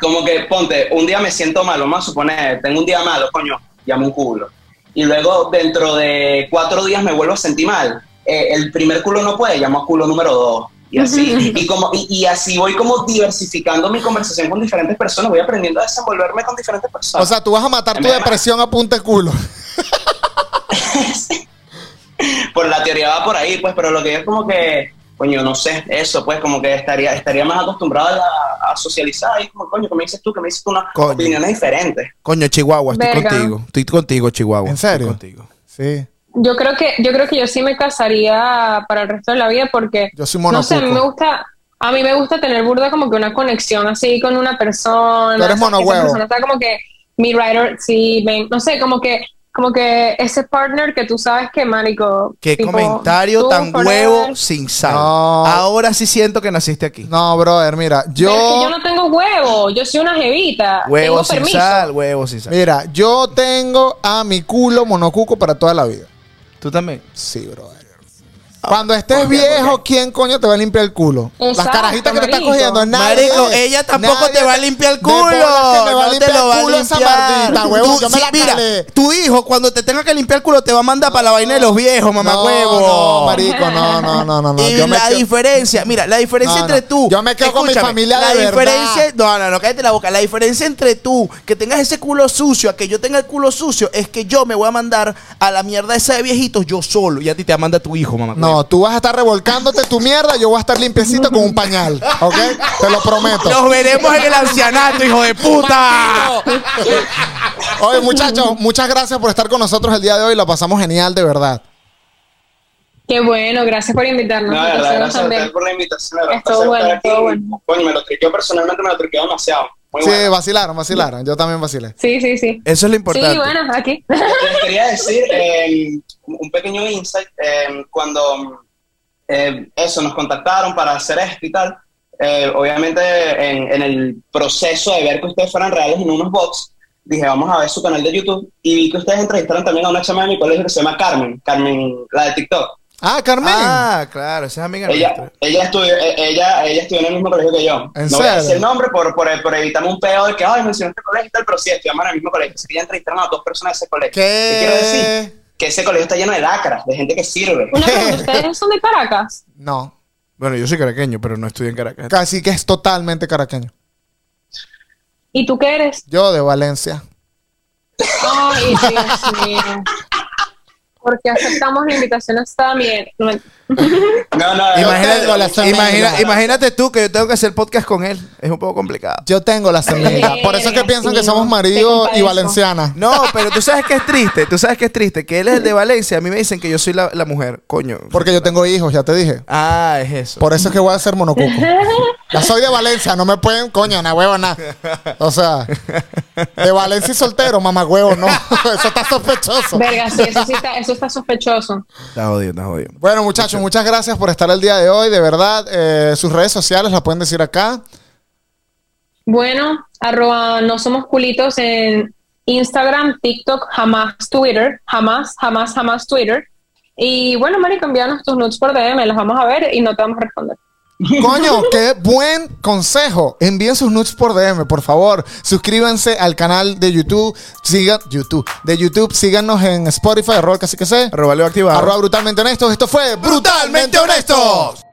S6: como que, ponte, un día me siento malo, vamos a suponer, tengo un día malo, coño, llamo un culo. Y luego dentro de cuatro días me vuelvo a sentir mal. Eh, el primer culo no puede, llamo a culo número dos. Y así, y, como, y, y así voy como diversificando mi conversación con diferentes personas, voy aprendiendo a desenvolverme con diferentes personas.
S2: O sea, tú vas a matar tu
S6: Me-
S2: depresión a punta de culo. [laughs]
S6: por la teoría va por ahí, pues, pero lo que yo es como que, coño, no sé, eso, pues, como que estaría, estaría más acostumbrado a, a socializar y como, coño, ¿qué me dices tú? ¿Qué me dices tú? Unas
S4: Coño.
S6: opiniones diferentes.
S4: Coño, Chihuahua, estoy
S3: Verga.
S4: contigo. Estoy contigo, Chihuahua.
S2: ¿En serio?
S4: Estoy contigo.
S2: Sí.
S3: Yo creo que yo creo que yo sí me casaría para el resto de la vida porque
S2: Yo soy
S3: no sé, a mí me
S2: monocuco.
S3: gusta a mí me gusta tener burda como que una conexión así con una persona.
S2: Tú eres
S3: o sea, que esa
S2: monohuevo.
S3: persona sea como que mi writer sí, me- no sé, como que como que ese partner que tú sabes que marico.
S4: Qué
S3: tipo,
S4: comentario
S3: tú,
S4: tan
S3: forever.
S4: huevo sin sal.
S2: No.
S4: Ahora sí siento que naciste aquí.
S2: No, brother, mira, yo.
S3: Pero es que yo no tengo huevo, yo soy una jevita.
S4: Huevo
S3: tengo
S4: sin
S3: permiso.
S4: sal, huevo sin sal.
S2: Mira, yo tengo a mi culo monocuco para toda la vida.
S4: Tú también.
S2: Sí, brother. Cuando estés viejo, ¿quién coño te va a limpiar el culo? Las
S3: Exacto,
S2: carajitas que te están
S3: marico.
S2: cogiendo, nadie.
S4: Marico, ella tampoco
S2: nadie
S4: te va a limpiar el
S2: de bola que
S4: culo.
S2: me va a
S4: no
S2: limpiar
S4: te lo
S2: el
S4: va
S2: culo
S4: a
S2: esa
S4: limpiar.
S2: mardita, huevo,
S4: Tú-
S2: yo me
S4: sí,
S2: la
S4: mira,
S2: calé.
S4: tu hijo cuando te tenga que limpiar el culo te va a mandar para la vaina de los viejos, mamá
S2: no,
S4: huevo.
S2: No, marico, no, no, no, no. no.
S4: [laughs] y
S2: Yo me
S4: la
S2: quedo-
S4: diferencia, mira, la diferencia
S2: No, no.
S4: entre tú.
S2: Yo me quedo con mi
S4: escúchame,
S2: familia
S4: la
S2: de verdad.
S4: diferencia, No, no, no, cállate la boca. La diferencia entre tú, que tengas ese culo sucio, a que yo tenga el culo sucio, es que yo me voy a mandar a la mierda esa de viejitos yo solo. Y a ti te manda tu hijo, mamá. huevo.
S2: No, tú vas a estar revolcándote tu mierda, yo voy a estar limpiecito con un pañal, ¿ok? Te lo prometo.
S4: Nos veremos en el ancianato, hijo de puta.
S2: Oye, muchachos, muchas gracias por estar con nosotros el día de hoy, la pasamos genial, de verdad.
S3: Qué bueno, gracias por invitarnos.
S6: No, de verdad,
S3: nosotros
S6: gracias a
S3: también.
S6: ustedes por la invitación. de verdad,
S3: Estuvo
S6: placer
S3: bueno,
S6: estar aquí.
S3: estuvo bueno.
S6: Coño, me lo triqueo personalmente, me lo triqueo demasiado. Muy
S2: Sí,
S6: bueno.
S2: vacilaron, vacilaron. Yo también vacilé.
S3: Sí, sí, sí.
S4: Eso es lo importante.
S3: Sí, bueno, aquí. [laughs]
S6: Les quería decir eh, un pequeño insight. eh, cuando eh, eso nos contactaron para hacer esto y tal, eh, obviamente en, en el proceso de ver que ustedes fueran reales en unos bots, dije, vamos a ver su canal de YouTube. Y vi que ustedes entrevistaron también a una chama de mi colegio que se llama Carmen, Carmen, la de TikTok.
S2: Ah, Carmen.
S4: Ah, claro, esa es amiga
S6: Ella,
S4: nuestra.
S6: ella, estudió, eh, ella, ella estudió en el mismo colegio que yo.
S2: ¿En
S6: no voy a
S2: serio?
S6: decir el nombre por, por, por evitarme un peo de que, ay, mencionaste colegio y tal, pero sí, estudiamos en el mismo colegio. Así que ya entrevistaron a dos personas de ese colegio. ¿Qué quiero decir?
S2: ¿Qué?
S6: que ese colegio está lleno de lacras, de gente que sirve.
S3: Una pregunta, ¿ustedes son de Caracas?
S2: No,
S4: Bueno, yo soy caraqueño, pero no estudié en Caracas.
S2: casi que es totalmente caraqueño.
S3: ¿Y tú qué eres?
S2: Yo de Valencia.
S3: Ay, Dios mío. ¿Por qué aceptamos la invitación hasta mierda? No, me-
S6: No, no,
S2: Yo tengo la
S4: Imagínate,
S2: semilla.
S4: imagina- imagínate tú que yo tengo que hacer podcast con él. Es un poco complicado.
S2: Yo tengo la semilla. Por eso es que
S3: Verga,
S2: piensan que
S3: sí,
S2: somos
S3: no,
S2: marido
S3: te
S2: y
S3: compadezco.
S2: valenciana.
S4: No, pero tú sabes que es triste. Tú sabes que es triste. Que él es el de Valencia. A mí me dicen que yo soy la, la mujer. Coño.
S2: Porque yo tengo hijos, ya te dije.
S4: Ah, es eso.
S2: Por eso es que voy a ser monocuco. Ya soy de Valencia, no me pueden, coño, na huevo, na. O sea, de Valencia y soltero, mamá huevo, no. [laughs] Eso está sospechoso.
S3: Verga, sí, eso sí está, eso está sospechoso.
S4: Está jodido, está jodido.
S2: Bueno, muchachos, muchas gracias por estar el día de hoy, de verdad. Eh, sus redes sociales las pueden decir acá.
S3: Bueno, arroba no somos culitos en Instagram, TikTok, jamás Twitter, jamás, jamás, jamás Twitter. Y bueno, marico, envíanos tus nudes por DM, las vamos a ver y no te vamos a responder.
S2: Coño, qué buen consejo. Envíen sus nudes por DM, por favor. Suscríbanse al canal de YouTube. Sigan YouTube. De YouTube, síganos en Spotify, arroba casi que sé.
S4: Arroba Leo activado.
S2: Arroba brutalmente honestos. Esto fue Brutalmente Honestos.